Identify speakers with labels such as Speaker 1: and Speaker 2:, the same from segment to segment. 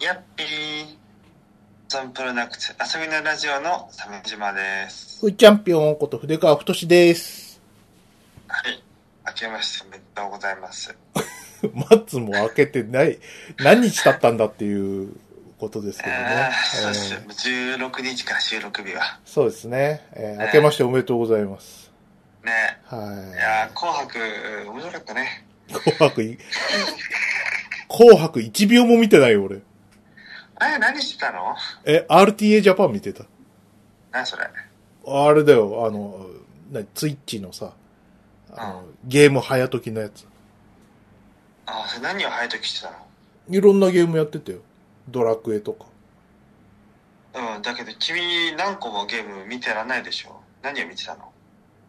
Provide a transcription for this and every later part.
Speaker 1: やっぴーゾンプロダクツ遊びのラジオの鮫島です。
Speaker 2: ふーちゃんぴょんこと筆川太 です。
Speaker 1: はい。明けましておめでとうございます。
Speaker 2: 松も開けてない、何日経ったんだっていうことですけどね。
Speaker 1: あーそう
Speaker 2: えー
Speaker 1: ですよ。16日か収録日は。
Speaker 2: そうですね、えー明けましておめでとうございます。
Speaker 1: ねいやー
Speaker 2: は
Speaker 1: 紅白、面白かったね。
Speaker 2: い。紅白い、紅白1秒も見てないよ、俺。
Speaker 1: あれ、何してたの
Speaker 2: え、RTA ジャパン見てた。
Speaker 1: 何それ。
Speaker 2: あれだよ、あの、なツイッチのさ、あの、ゲーム早時のやつ。
Speaker 1: あー、それ何を早ときしてた
Speaker 2: いろんなゲームやってたよ。ドラクエとか。
Speaker 1: のうん、だけど君何個もゲーム見てらんないでしょ。何を見てたの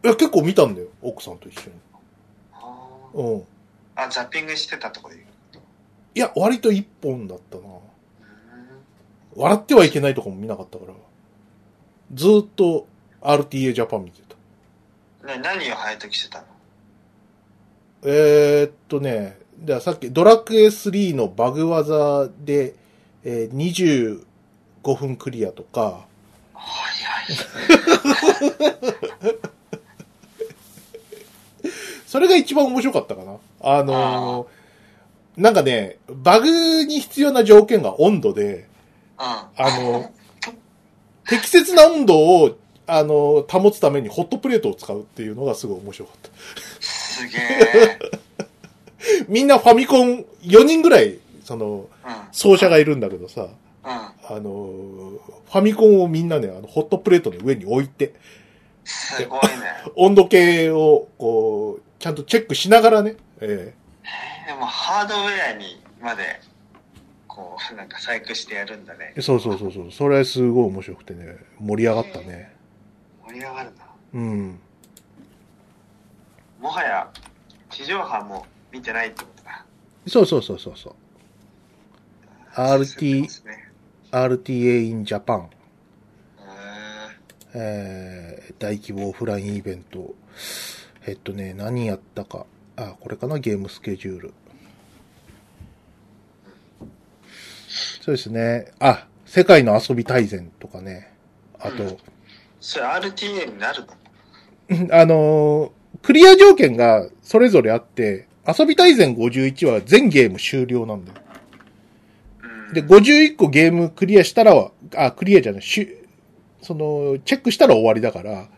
Speaker 2: いや、結構見たんだよ、奥さんと一緒に。
Speaker 1: あー
Speaker 2: うん。
Speaker 1: あ、ザッピングしてたとこで言う。
Speaker 2: いや、割と一本だったな。
Speaker 1: うん
Speaker 2: 笑ってはいけないとかも見なかったから。ずーっと RTA ジャパン見てた。
Speaker 1: ね、何を早ときしてたの
Speaker 2: えー、っとね、じゃあさっきドラクエ3のバグ技で、えー25分クリアとか、
Speaker 1: 早い。
Speaker 2: それが一番面白かったかな。あのーなんかね、バグに必要な条件が温度で、
Speaker 1: うん。
Speaker 2: あの、適切な温度を、あの、保つためにホットプレートを使うっていうのがすごい面白かった。
Speaker 1: すげえ。
Speaker 2: みんなファミコン4人ぐらい、その、
Speaker 1: うん。
Speaker 2: 奏者がいるんだけどさ、
Speaker 1: うん。
Speaker 2: あの、ファミコンをみんなね、あの、ホットプレートの上に置いて、
Speaker 1: すごいね。
Speaker 2: 温度計を、こう、ちゃんとチェックしながらね、え
Speaker 1: でもハードウェアにまで、こう、なんか細工してやるんだね
Speaker 2: え。そうそうそうそう、それすごい面白くてね、盛り上がったね。
Speaker 1: 盛り上がるな。
Speaker 2: うん。
Speaker 1: もはや、地上波も見てないってことだ。
Speaker 2: そうそうそうそうそう。RT
Speaker 1: 進んでますね
Speaker 2: RTA in Japan、
Speaker 1: う
Speaker 2: えー大規模オフラインイベント。えっとね、何やったか。あ、これかな、ゲームスケジュール。そうですね。あ、世界の遊び大全とかね。あと、
Speaker 1: ーんそれ RTA になるの
Speaker 2: あのークリア条件がそれぞれあって、遊び大全51は全ゲーム終了なんだよ。
Speaker 1: うん。
Speaker 2: で、51個ゲームクリアしたらは、あ、クリアじゃない、しゅその、チェックしたら終わりだから、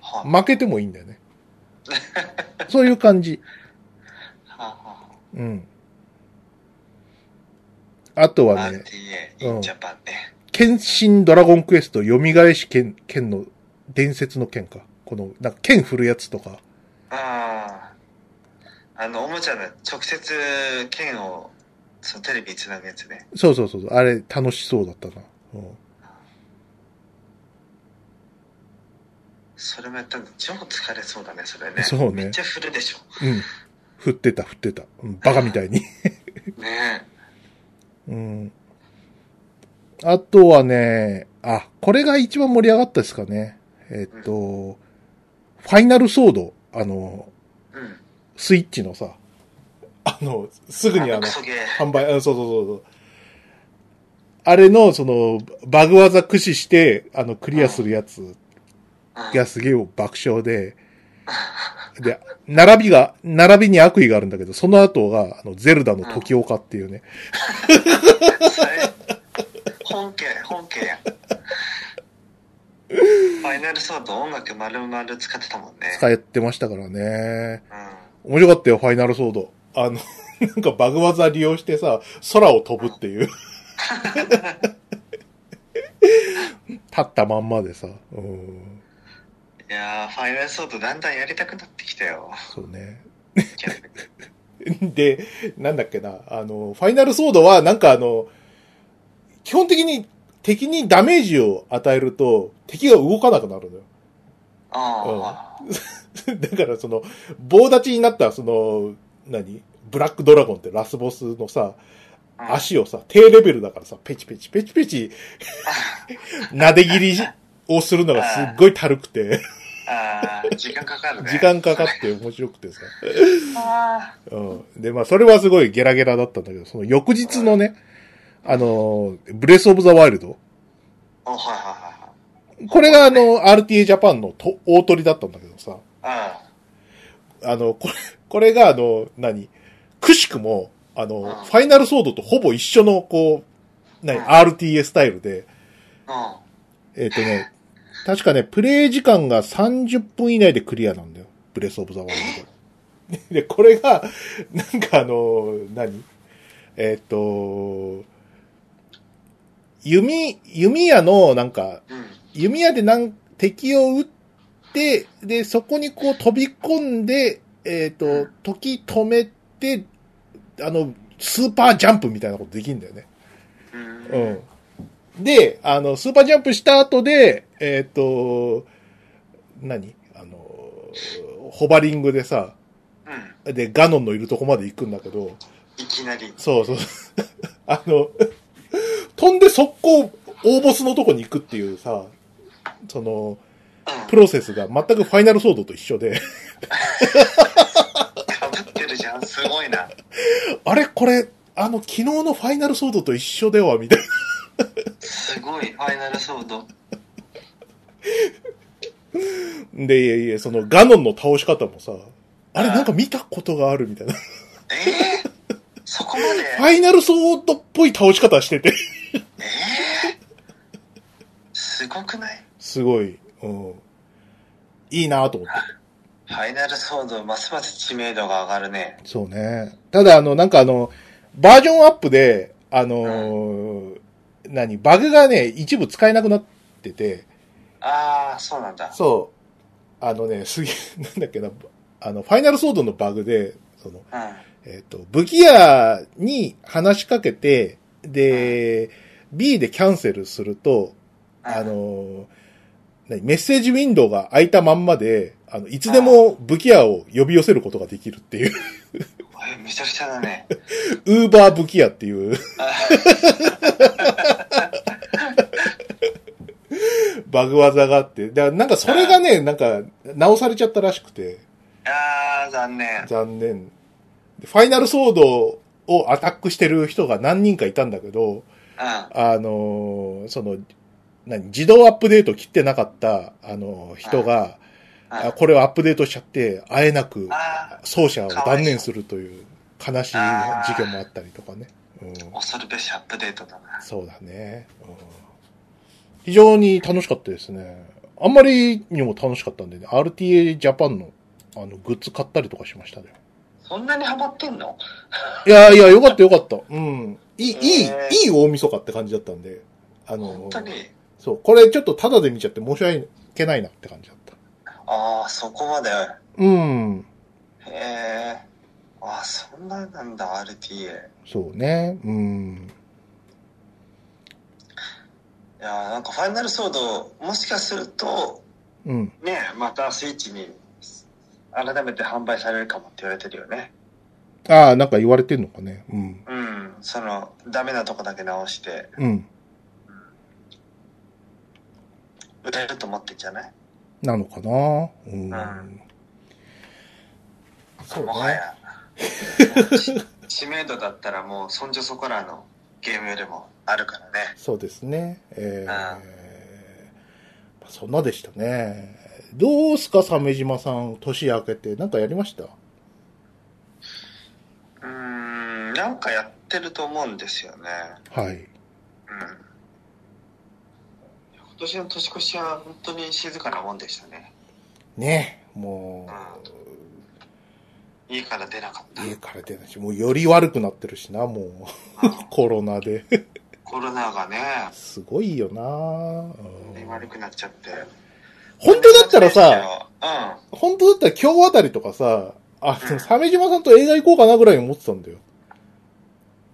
Speaker 1: は
Speaker 2: 負けてもいいんだよね。そういう感じ。
Speaker 1: あは
Speaker 2: うん。あと
Speaker 1: あ
Speaker 2: はね、
Speaker 1: RTA in
Speaker 2: うん
Speaker 1: Japan ね。
Speaker 2: 剣心ドラゴンクエスト、蘇し剣、剣の伝説の剣か。この、なんか剣振るやつとか。
Speaker 1: ああ。あの、おもちゃの直接剣を、そのテレビにつなぐやつね。
Speaker 2: そうそうそうそう、あれ楽しそうだったな。うん
Speaker 1: それもやったんだ。超疲れそうだね、それね。
Speaker 2: そう
Speaker 1: めっ
Speaker 2: ね
Speaker 1: ち。ゃ振るでしょ。
Speaker 2: うん。振ってた、振ってた。うん、バカみたいに。
Speaker 1: ね
Speaker 2: うん。あとはね、あ、これが一番盛り上がったですかね。えっと、ファイナルソード、あの、
Speaker 1: え。うん。
Speaker 2: スイッチのさ、あの、すぐにあ
Speaker 1: あ
Speaker 2: の
Speaker 1: ク、ソゲー。
Speaker 2: 販売、あそうそうそうそう。あれの、その、バグ技駆使して、あの、クリアするやつ
Speaker 1: うん
Speaker 2: がすげえ爆笑で、で、並びが、並びに悪意があるんだけど、その後が、あの、ゼルダの時岡っていうね、
Speaker 1: それ本家、本家や。ファイナルソード音楽丸々使ってたもんね。
Speaker 2: 使ってましたからね。
Speaker 1: うん。
Speaker 2: 面白かったよ、ファイナルソード。あの、 なんかバグ技利用してさ、空を飛ぶっていう。立ったまんまでさ。うん。
Speaker 1: いやー、ファイナルソードだんだんやりたくなってきたよ。
Speaker 2: そうね。
Speaker 1: 逆に
Speaker 2: で、なんだっけな、あの、ファイナルソードは、なんかあの、基本的に敵にダメージを与えると、敵が動かなくなるのよ。
Speaker 1: ああ、
Speaker 2: だからその、棒立ちになった、その、何ブラックドラゴンってラスボスのさ、
Speaker 1: うん
Speaker 2: 足をさ、低レベルだからさ、ペチペチ、ペチペ チ、撫で切りをするのがすっごいたるくて、
Speaker 1: あー時間かかるね。
Speaker 2: 時間かかって面白くてさ。
Speaker 1: あ
Speaker 2: うん。で、まあ、それはすごいゲラゲラだったんだけど、その翌日のね、あの、ブレスオブザワイルド。
Speaker 1: あ、はいは
Speaker 2: これがあの、RTA ジャパンのと大鳥だったんだけど
Speaker 1: い
Speaker 2: さ、
Speaker 1: はいはい。
Speaker 2: あの、これ、これがあの、何くしくも、あの、
Speaker 1: ん
Speaker 2: ファイナルソードとほぼ一緒の、こう、何
Speaker 1: うん
Speaker 2: ?RTS スタイルで、
Speaker 1: うん。うん。
Speaker 2: えっ、とね、確かね、プレイ時間が30分以内でクリアなんだよ。ブレスオブザワールド。 で、これが、なんかあの、何えっ、と、弓、弓矢の、なんか、
Speaker 1: うん。
Speaker 2: 弓矢でなん敵を撃って、で、そこにこう飛び込んで、えっ、と、時止めて、あの、スーパージャンプみたいなことできるんだよね。
Speaker 1: うん。
Speaker 2: うん。で、あの、スーパージャンプした後で、えっ、と、何あの、ホバリングでさ、
Speaker 1: うん
Speaker 2: で、ガノンのいるとこまで行くんだけど、
Speaker 1: いきなり。
Speaker 2: そう そう。あの、飛んで速攻、大ボスのとこに行くっていうさ、その、プ
Speaker 1: う
Speaker 2: ロセスが全くファイナルソードと一緒で、
Speaker 1: ん。かぶってるじゃん。すごいな。
Speaker 2: あれこれ、あの、昨日のファイナルソードと一緒では、みたいな。
Speaker 1: すごい。ファイナルソード。
Speaker 2: で、いえいえ、その、ガノンの倒し方もさ、あれなんか見たことがあるみたいな。
Speaker 1: ええそこまで
Speaker 2: ファイナルソードっぽい倒し方してて。
Speaker 1: ええすごくない
Speaker 2: すごい。うん。いいなと思って。
Speaker 1: ファイナルソード、ますます知名度が上がるね。
Speaker 2: そうね。ただ、あの、なんかあの、バージョンアップで、あのー何、バグがね、一部使えなくなってて、
Speaker 1: ああ、そうなんだ。
Speaker 2: そう。あのね、すげえ、 なんだっけな、あの、ファイナルソードのバグで、その、
Speaker 1: うん。
Speaker 2: えっ、と、武器屋に話しかけて、で、B でキャンセルすると、あのー何メッセージウィンドウが開いたまんまで、あの、いつでも武器屋を呼び寄せることができるっていう、
Speaker 1: え、めちゃくちゃだね。
Speaker 2: ウーバー武器屋っていう バグ技があって、だからなんかそれがね、なんか直されちゃったらしくて、
Speaker 1: ああ、残念。
Speaker 2: 残念。でファイナルソードをアタックしてる人が何人かいたんだけど、
Speaker 1: うん。
Speaker 2: あのーその、何、自動アップデート切ってなかった、あのー人が、
Speaker 1: あ
Speaker 2: あこれをアップデートしちゃって、あえなく、
Speaker 1: あ
Speaker 2: 奏者を断念するという悲しい
Speaker 1: あー
Speaker 2: 事件もあったりとかね。うん、
Speaker 1: ー、恐るべしアップデートだな。
Speaker 2: そうだね、うん非常に楽しかったですね。あんまりにも楽しかったんでね、RTA ジャパンのあのグッズ買ったりとかしましたね。
Speaker 1: そんなにハマってんの
Speaker 2: いやいや、よかったよかった。うん。いい、いい
Speaker 1: え、
Speaker 2: いい大晦日って感じだったんで。あの
Speaker 1: 本当、に。
Speaker 2: そう、これちょっとタダで見ちゃって申し訳ないなって感じだった。
Speaker 1: ああ、そこまで。
Speaker 2: うん。
Speaker 1: へえ。ああ、そんななんだ、RTA。
Speaker 2: そうね。うん。
Speaker 1: いやーなんかファイナルソード、もしかすると、
Speaker 2: うん。
Speaker 1: ね、またスイッチに改めて販売されるかもって言われてるよね。
Speaker 2: ああ、なんか言われてんのかね。うん。
Speaker 1: うん、その、ダメなとこだけ直して、
Speaker 2: うん。
Speaker 1: 売れると思ってんじゃない
Speaker 2: なのかなうん。
Speaker 1: ん
Speaker 2: そう
Speaker 1: もは
Speaker 2: ね。
Speaker 1: や。 し知名度だったらもう、そんじょそこらのゲームよりもあるからね。
Speaker 2: そうですね。えー
Speaker 1: ああ
Speaker 2: まあそんなでしたね。どうすか、鮫島さん、年明けて、なんかやりました
Speaker 1: うーん、なんかやってると思うんですよね。
Speaker 2: はい。
Speaker 1: うん。今年の年越しは本当に静かなもんでしたね。
Speaker 2: ね。も
Speaker 1: あ
Speaker 2: う、
Speaker 1: 家から出なかった。
Speaker 2: 家から出ないし、もうより悪くなってるしな、もう、
Speaker 1: うん
Speaker 2: コロナで。
Speaker 1: コロナがね、
Speaker 2: すごいよなうん
Speaker 1: 悪くなっちゃって。
Speaker 2: 本当だったらさ、、
Speaker 1: うん。
Speaker 2: 本当だったら今日あたりとかさ、あ
Speaker 1: う、ん
Speaker 2: 鮫島さんと映画行こうかなぐらい思ってたんだよ。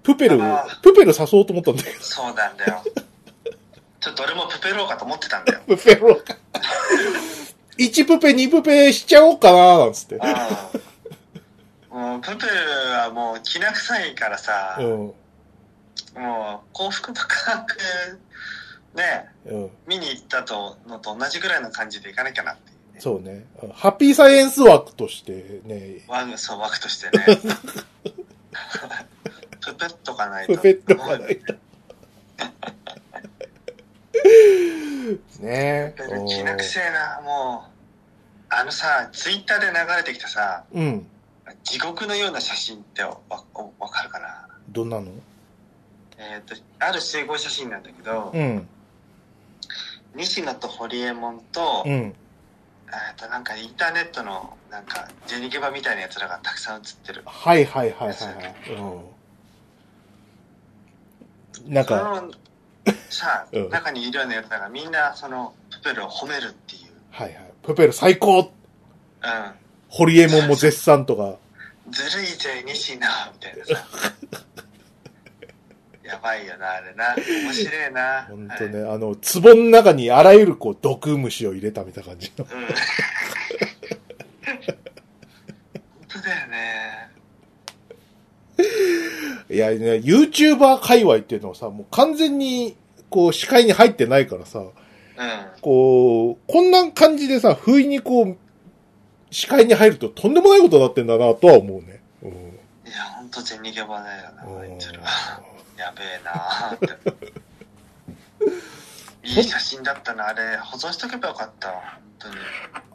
Speaker 2: プペル
Speaker 1: あ、
Speaker 2: プペル誘おうと思ったんだけ
Speaker 1: そうなんだよ。ちょっと俺もプペローかと思ってたんだよ。
Speaker 2: ど、 プペルを。1プペ、2プペしちゃおうかななんつって。
Speaker 1: うん。もうプペルはもうきな臭いからさ、
Speaker 2: うん。
Speaker 1: もう幸福爆発ね、
Speaker 2: うん。
Speaker 1: 見に行ったとのと同じぐらいの感じで行かなきゃなっていうね。
Speaker 2: そうね。うんハッピーサイエンス枠としてね、
Speaker 1: ワグ、そう、 枠としてね。プペッとかないと。
Speaker 2: プペットがないと。ね。
Speaker 1: きなくせえな、もう。あのさ、ツイッターで流れてきたさ、
Speaker 2: うん。
Speaker 1: 地獄のような写真ってわわわかるかな
Speaker 2: どんなの
Speaker 1: えっ、と、ある集合写真なんだけど、
Speaker 2: うん。
Speaker 1: 西野と堀江門と、
Speaker 2: う
Speaker 1: え
Speaker 2: ん。
Speaker 1: っと、なんかインターネットの、なんか、銭ニゲバみたいなやつらがたくさん写ってる。
Speaker 2: はいはいはいはいはい。うん。なんか、、
Speaker 1: そのさ
Speaker 2: うん
Speaker 1: 中にいるようなやつらがみんな、その、プペルを褒めるっていう。
Speaker 2: はいはい。プペル最高
Speaker 1: う
Speaker 2: ホリエモンも絶賛とか。
Speaker 1: ん。ずるいぜ、西野みたいなさ。 やばいよな、あれな。面白いな。
Speaker 2: ほんとね、あの、壺の中にあらゆるこう、毒虫を入れたみたいな感じの。
Speaker 1: うん本当だよね。
Speaker 2: いやね、YouTuber 界隈っていうのはさ、もう完全に、こう、視界に入ってないからさ、
Speaker 1: う
Speaker 2: こう、こんな感じでさ、不意にこう、視界に入るととんでもないことになってんだなとは思うね。うん
Speaker 1: ん。いや、ほんと銭ゲバだよな、あいつら。
Speaker 2: う
Speaker 1: やべえなって。いい写真だったな、あれ。保存しとけばよかったわ、本当に。
Speaker 2: ん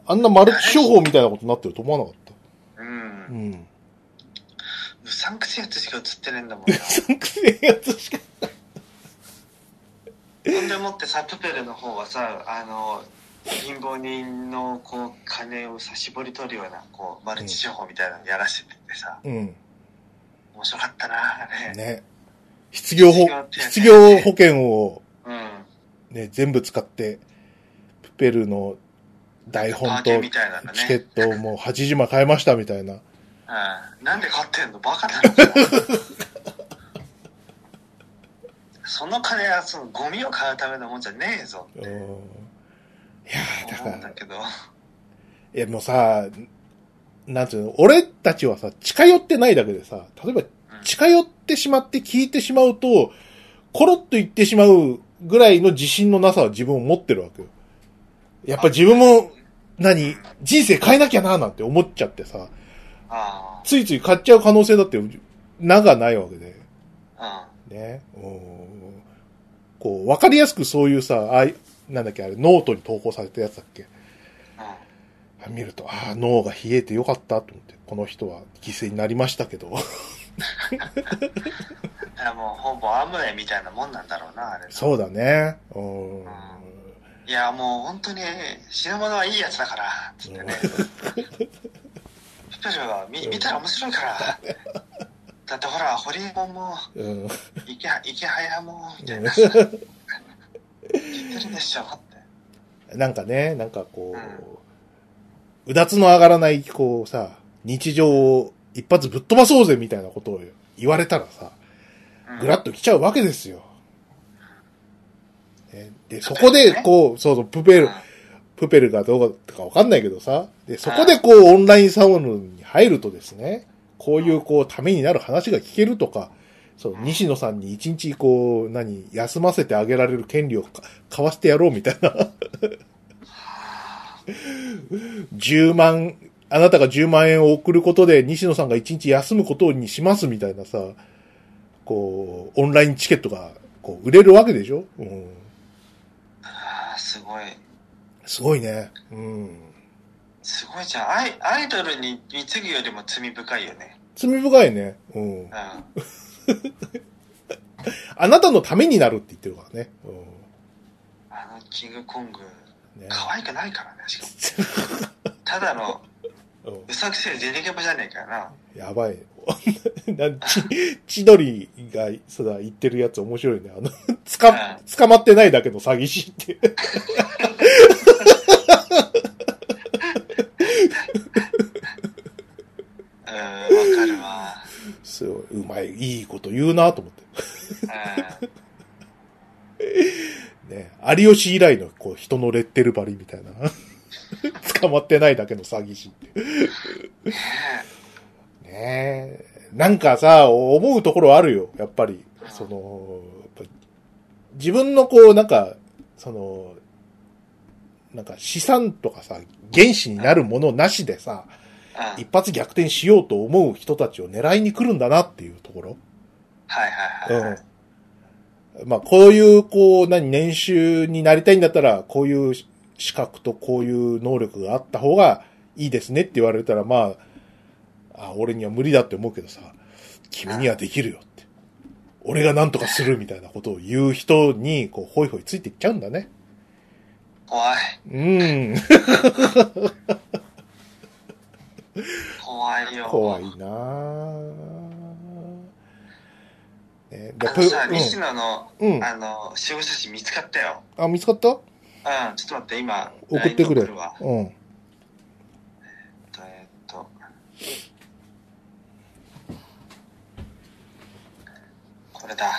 Speaker 2: あんなマルチ商法みたいなことになってると思わなかっ
Speaker 1: う。
Speaker 2: た。うんん。
Speaker 1: うさんくせえやつしか写ってねえんだもんな。
Speaker 2: くせえやつしか。
Speaker 1: ほんでもってサプペルの方はさ、あの、貧乏人のこう金をさ絞り取るようなこうマルチ商法みたいなのやらせててさ、
Speaker 2: うん。
Speaker 1: 面白かったなあれ、
Speaker 2: ね。失業保、失業保険を
Speaker 1: うん
Speaker 2: ね、全部使って、プペルの台
Speaker 1: パ
Speaker 2: 本
Speaker 1: ー
Speaker 2: と
Speaker 1: ティーみたいなのね
Speaker 2: チケットをもう80枚買いましたみたいな。
Speaker 1: うんなんで買ってんのバカなのかその金はそのゴミを買うためのもんじゃねえぞっ
Speaker 2: うんい
Speaker 1: て
Speaker 2: や
Speaker 1: 思
Speaker 2: ーだか
Speaker 1: うん
Speaker 2: ら
Speaker 1: だ、けど
Speaker 2: いやもうさ、なんつうの、俺たちはさ、近寄ってないだけでさ、例えば近寄ってしまって聞いてしまうと、コロッと言ってしまうぐらいの自信のなさは自分を持ってるわけよ。やっぱ自分も、何人生変えなきゃなーなんて思っちゃってさ、
Speaker 1: あ
Speaker 2: ついつい買っちゃう可能性だって、ながないわけで。
Speaker 1: あ
Speaker 2: ね。うんこう、わかりやすくそういうさ、あい、なんだっけ、あれ、ノートに投稿されたやつだっけ。
Speaker 1: うんうん
Speaker 2: あ見ると、ああ、脳が冷えてよかったと思って、この人は犠牲になりましたけど。
Speaker 1: い やもうほぼアムウェイみたいなもんなんだろうなあれ
Speaker 2: そうだね。うん。
Speaker 1: いやもう本当に死ぬものはいいやつだからつってね一人は見見たら面白いからだってほらホリエモンも
Speaker 2: うん。
Speaker 1: 池池早もみたいな
Speaker 2: う
Speaker 1: 言ってるでしょって
Speaker 2: なんかね、なんかこ
Speaker 1: うん
Speaker 2: う、うだつの上がらない、こうさ、日常を一発ぶっ飛ばそうぜみたいなことを言われたらさ、
Speaker 1: うん
Speaker 2: ぐらっと来ちゃうわけですよ。ねで、そこで、こう、そうそう、プペル、プペルがどうかわかんないけどさ、で、そこでこう、オンラインサウンに入るとですね、こういうこう、ためになる話が聞けるとか、そう、西野さんに一日こう、何、休ませてあげられる権利をか買わせてやろうみたいな。10万、あなたが10万円を送ることで西野さんが一日休むことにしますみたいなさ、こう、オンラインチケットが、こう、売れるわけでしょうん。
Speaker 1: ああすごい
Speaker 2: すごいね。うん。
Speaker 1: すごいじゃんアイアイドルに貢ぐよりも罪深いよね
Speaker 2: 罪深いね。う
Speaker 1: う。
Speaker 2: ん
Speaker 1: ん
Speaker 2: あなたのためになるって言ってるからね。う
Speaker 1: あのキングコング
Speaker 2: ん。ね。
Speaker 1: 可愛くないからねしか もただの
Speaker 2: うん
Speaker 1: うさくせえゼリゲバじゃねえかよな
Speaker 2: やばい。 なんち、千鳥が、そうだ、言ってるやつ面白いね。あの、つか、捕まってないだけの詐欺師って。
Speaker 1: うんわかるわ
Speaker 2: すごい、うまい、いいこと言うなと思って。
Speaker 1: うん
Speaker 2: ね、有吉以来のこう人のレッテル張りみたいな。 捕まってないだけの詐欺師って。ねえ。なんかさ、思うところあるよ、やっぱり。その、やっぱ自分のこう、なんか、その、なんか資産とかさ、原資になるものなしでさ、
Speaker 1: うん
Speaker 2: 一発逆転しようと思う人たちを狙いに来るんだなっていうところ。
Speaker 1: はいはいはい、
Speaker 2: う
Speaker 1: はい
Speaker 2: ん。まあ、こういう、こう、何、年収になりたいんだったら、こういう資格とこういう能力があった方がいいですねって言われたら、まあ、あ、俺には無理だって思うけどさ、君にはできるよって。俺が何とかするみたいなことを言う人に、こう、ホイホイついていっちゃうんだね。
Speaker 1: 怖い
Speaker 2: うん。
Speaker 1: 怖いよ
Speaker 2: 怖いなぁ。ね、だ
Speaker 1: あのさ
Speaker 2: ぷ
Speaker 1: 西野の、
Speaker 2: うん。うん。
Speaker 1: あの集合写真見つかったよ
Speaker 2: あ、見つかった
Speaker 1: うんちょっと待って今
Speaker 2: 送ってく
Speaker 1: LINE
Speaker 2: れ。
Speaker 1: 送るわ
Speaker 2: うん。
Speaker 1: えっとえっとこれだ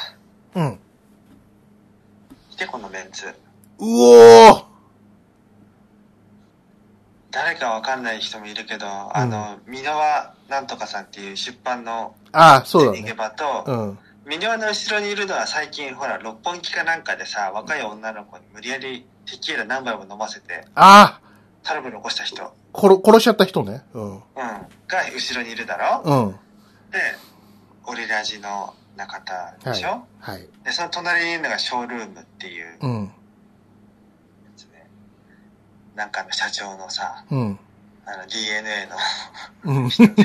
Speaker 2: うん。
Speaker 1: 見てこのメンツ
Speaker 2: うおー
Speaker 1: 誰かわかんない人もいるけど、あの箕輪なんとかさんっていう出版の
Speaker 2: ああ、そうだ
Speaker 1: 逃げ
Speaker 2: ね。
Speaker 1: 場
Speaker 2: う
Speaker 1: と
Speaker 2: ん。
Speaker 1: 箕輪、の後ろにいるのは最近ほら六本木かなんかでさ若い女の子に無理やりテキーラ何杯も飲ませて
Speaker 2: ああ、
Speaker 1: トラブル起こした人、
Speaker 2: 殺、殺しちゃった人ね。うん。
Speaker 1: うん、が後ろにいるだろ、
Speaker 2: うん。
Speaker 1: でオリラジの中田でしょ、
Speaker 2: はい。
Speaker 1: でその隣にいるのがショールームっていうや
Speaker 2: うん。
Speaker 1: つねなんかの社長のさ
Speaker 2: うん。
Speaker 1: あの DNA の
Speaker 2: うん。
Speaker 1: 人で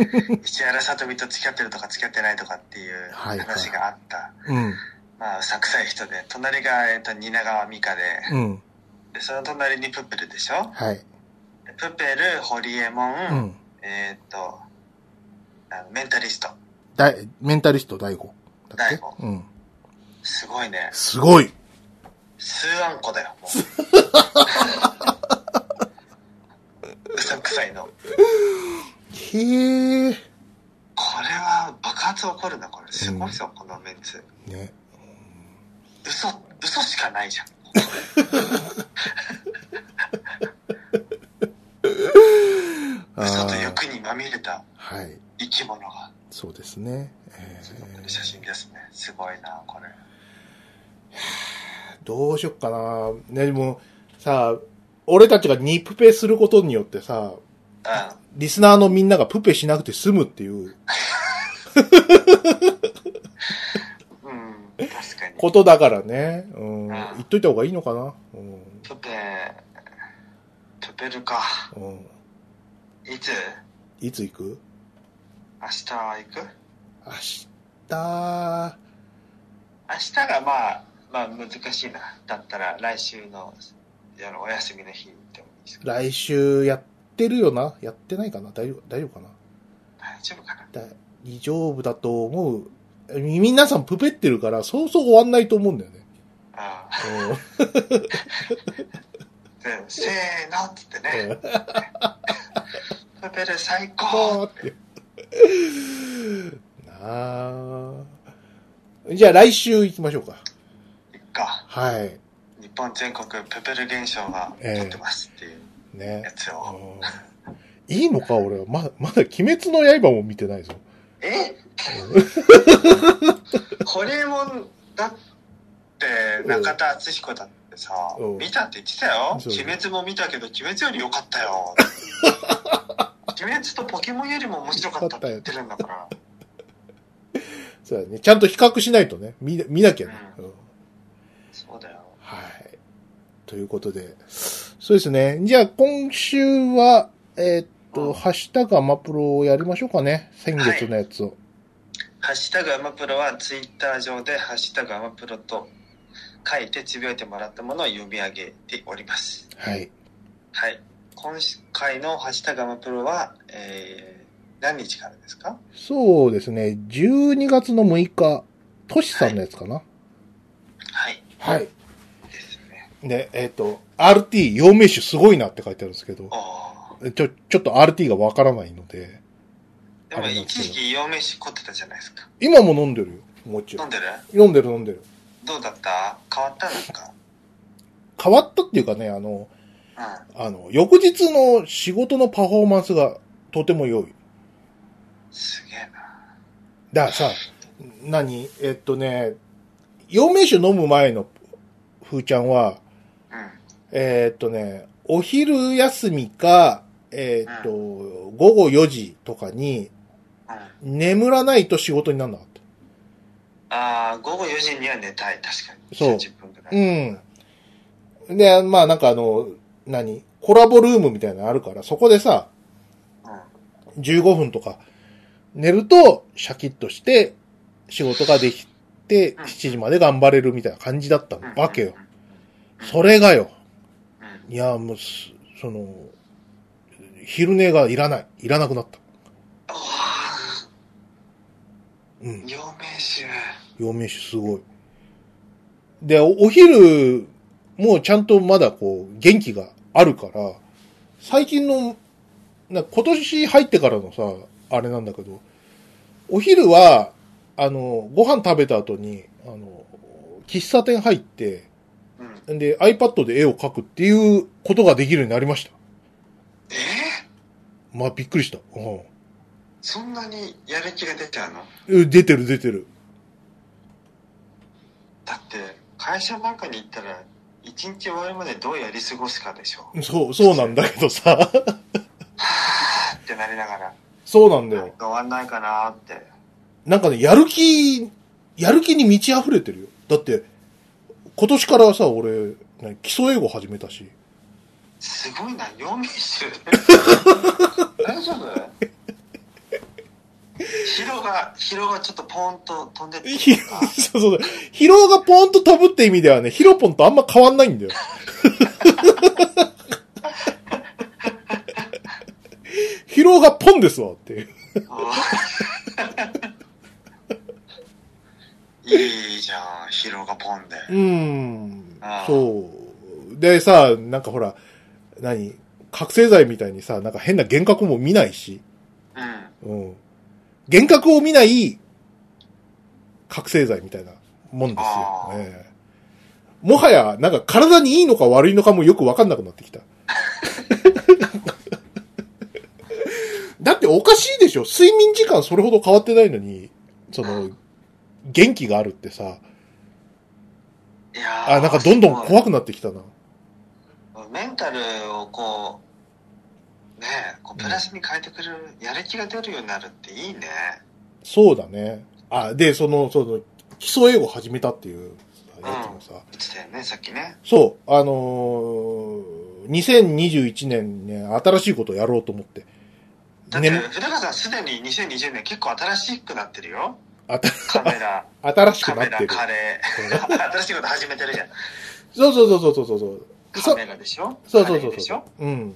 Speaker 1: 石原さとみと付き合ってるとか付き合ってないとかっていう
Speaker 2: はいはい
Speaker 1: 話があった、
Speaker 2: うん。
Speaker 1: まあうさくさい人で隣が、えっと蜷川美香で
Speaker 2: うん。
Speaker 1: でその隣にプペルでしょ
Speaker 2: はい。
Speaker 1: でプペル堀エモ
Speaker 2: う
Speaker 1: ン、
Speaker 2: ん。
Speaker 1: えっとあのメンタリスト
Speaker 2: だい、メンタリスト大悟。だっ
Speaker 1: 大
Speaker 2: けうん。
Speaker 1: すごいね
Speaker 2: すごい
Speaker 1: 数万個だよ、もう。うさくさいの。
Speaker 2: へえ。
Speaker 1: これは爆発起こるな、これ。すごいぞ、このメンツ。
Speaker 2: ね。
Speaker 1: 嘘、嘘しかないじゃん。嘘
Speaker 2: あ
Speaker 1: と
Speaker 2: あ
Speaker 1: 欲にまみれた
Speaker 2: はい。
Speaker 1: 生き物が。
Speaker 2: そうですね。えー
Speaker 1: 写真ですね。すごいな、これ。
Speaker 2: どうしよっかな。ね、でも、さ、俺たちがニプペすることによってさ、
Speaker 1: う。
Speaker 2: リスナーのみんながプペしなくて済むっていうん
Speaker 1: うん、確かに。
Speaker 2: ことだからね。う
Speaker 1: ん
Speaker 2: ん。言っといた方がいいのかな。うん。
Speaker 1: プペ、プペルか。
Speaker 2: うん。
Speaker 1: いつ
Speaker 2: いつ行く
Speaker 1: 明日行く
Speaker 2: 明日、
Speaker 1: 明日がまあ、まあ難しいな。だったら来週の、あの、お休みの日でもいいですか
Speaker 2: 来週やってるよなやってないかな大丈夫、大丈夫かな
Speaker 1: 大丈夫かな
Speaker 2: 大丈夫だと思う。み皆さんプペってるから、そうそう終わんないと思うんだよね。
Speaker 1: あ
Speaker 2: うん
Speaker 1: あでせーのっつってね
Speaker 2: うん
Speaker 1: 「プペル最
Speaker 2: ポ
Speaker 1: 高!
Speaker 2: ーって。なあ。じゃあ来週行きましょうか。」
Speaker 1: か
Speaker 2: はい。
Speaker 1: 日本全国プペル現象が起こってますっていう
Speaker 2: ね
Speaker 1: や。つを、
Speaker 2: うんいいのか俺は。ま、まだ鬼滅の刃も見てないぞ。
Speaker 1: えホリエモンだって中田敦彦だってさ、
Speaker 2: うん
Speaker 1: 見たって言ってたよ「
Speaker 2: そう
Speaker 1: 鬼滅」も見たけど「鬼滅」より良かったよ 鬼滅とポケモンよりも面白かったって言ってるんだから
Speaker 2: そうだね。ちゃんと比較しないとね。見、見なきゃね。うん
Speaker 1: そうだよ
Speaker 2: はい。ということで。そうですね。じゃあ今週は、えーっ
Speaker 1: う
Speaker 2: と、
Speaker 1: ん
Speaker 2: ハッシュタグアマプロをやりましょうかね。先月のやつを。
Speaker 1: ハッシュタグアマプロはツイッター上でハッシュタグアマプロと書いてつぶやいてもらったものを読み上げております。
Speaker 2: はい。
Speaker 1: はい。今回のハッシュタグアマプロは、えー、何日からですか
Speaker 2: そうですね。12月の6日、トシさんのやつかな。
Speaker 1: はい。
Speaker 2: はい。
Speaker 1: ですね。
Speaker 2: で、えっ、と、RT、陽明酒すごいなって書いてあるんですけど
Speaker 1: お、ー
Speaker 2: ちょ、ちょっと RT がわからないので、
Speaker 1: でも
Speaker 2: ありま
Speaker 1: 一
Speaker 2: すよ
Speaker 1: 時期陽明酒凝ってたじゃないですか。
Speaker 2: 今も飲んでるよ、もちろ
Speaker 1: 飲ん。
Speaker 2: ん
Speaker 1: でる
Speaker 2: 飲んでる飲んでる。
Speaker 1: どうだった変わったなんか。
Speaker 2: 変わったっていうかね、あの、
Speaker 1: うん。
Speaker 2: あの、翌日の仕事のパフォーマンスがとても良い。
Speaker 1: すげえな。
Speaker 2: だからさ、何えっとね、陽明酒飲む前のふーちゃんは、
Speaker 1: うん。
Speaker 2: えーっとね、お昼休みか、えーっと、午後4時とかに、
Speaker 1: うん。
Speaker 2: 眠らないと仕事にならなかった。
Speaker 1: あああ、午後4時には寝たい、確かに。
Speaker 2: そう
Speaker 1: 30分ぐらい。
Speaker 2: うん。で、まあなんかあの、何コラボルームみたいなのあるから、そこでさ、
Speaker 1: うん
Speaker 2: 15分とか寝るとシャキッとして仕事ができて、
Speaker 1: うん
Speaker 2: 7時まで頑張れるみたいな感じだった
Speaker 1: うん
Speaker 2: わけよ。。
Speaker 1: うん
Speaker 2: それがよ、
Speaker 1: うん
Speaker 2: いや、もうす、その、昼寝がいらない。いらなくなった。
Speaker 1: うわあ、
Speaker 2: うん。
Speaker 1: 陽明酒。
Speaker 2: 陽明酒すごい。で、おお昼、もうちゃんとまだこう、元気があるから、最近の、な今年入ってからのさ、あれなんだけど、お昼は、あの、ご飯食べた後に、あの、喫茶店入って、
Speaker 1: うん。
Speaker 2: んで、iPad で絵を描くっていうことができるようになりました。
Speaker 1: えー
Speaker 2: まあ、びっくりした。うん。
Speaker 1: そんなにやる気が出ちゃうの
Speaker 2: え出てる出てる。
Speaker 1: だって、会社なんかに行ったら、一日終わるまでどうやり過ごすかでしょ。
Speaker 2: そう、そうなんだけどさ。
Speaker 1: はぁーってなりながら、
Speaker 2: そうなんだ
Speaker 1: なん
Speaker 2: よ。
Speaker 1: か終わんないかなーって。
Speaker 2: なんかね、やる気、やる気に満ち溢れてるよ。だって、今年からさ、俺、ね基礎英語始めたし。
Speaker 1: すごいな、陽明酒。 大丈夫疲労が、疲労がちょっとポーンと飛んでっ
Speaker 2: ひ
Speaker 1: てた。
Speaker 2: そうそう。疲労がポーンと飛ぶって意味ではね、ヒロポンとあんま変わんない んだよ。疲労がポンですわっていう。
Speaker 1: いいじゃん、疲労がポンで。
Speaker 2: うーん
Speaker 1: あ。ー
Speaker 2: そう。でさ、なんかほら、何覚醒剤みたいにさ、なんか変な幻覚も見ないし。
Speaker 1: うん。
Speaker 2: うん。幻覚を見ない覚醒剤みたいなもんです
Speaker 1: あ
Speaker 2: よ。
Speaker 1: ー
Speaker 2: ええもはや、なんか体にいいのか悪いのかもよくわかんなくなっ てきた。だっておかしいでしょ睡眠時間それほど変わってないのに、その、元気があるってさ、
Speaker 1: いやー
Speaker 2: あ、なんかどんどん
Speaker 1: すごい
Speaker 2: 怖くなってきたな。
Speaker 1: メンタルをこう、ねえこうプラスに変えてくれる、やる気が出るようになるっていいね。
Speaker 2: そうだね。あ、で、その、その、基礎英語始めたっていうやつもさ、
Speaker 1: 言ってたよね、さっきね。
Speaker 2: そう、あのー、2021年ね、新しいことをやろうと思って。
Speaker 1: だって、
Speaker 2: ね、
Speaker 1: 古川さんすでに2020年結構新しくなってるよ。
Speaker 2: あた
Speaker 1: カメラ、
Speaker 2: 新し
Speaker 1: カ
Speaker 2: くな
Speaker 1: メ
Speaker 2: っ
Speaker 1: ラ、
Speaker 2: てる。
Speaker 1: カレー。 新しいこと始めてるじゃん。
Speaker 2: そうそうそうそうそうそう。
Speaker 1: カメラでしょ
Speaker 2: そうそ
Speaker 1: カ
Speaker 2: うそ
Speaker 1: レ
Speaker 2: う
Speaker 1: ーでし
Speaker 2: そ
Speaker 1: ょ
Speaker 2: う。うん。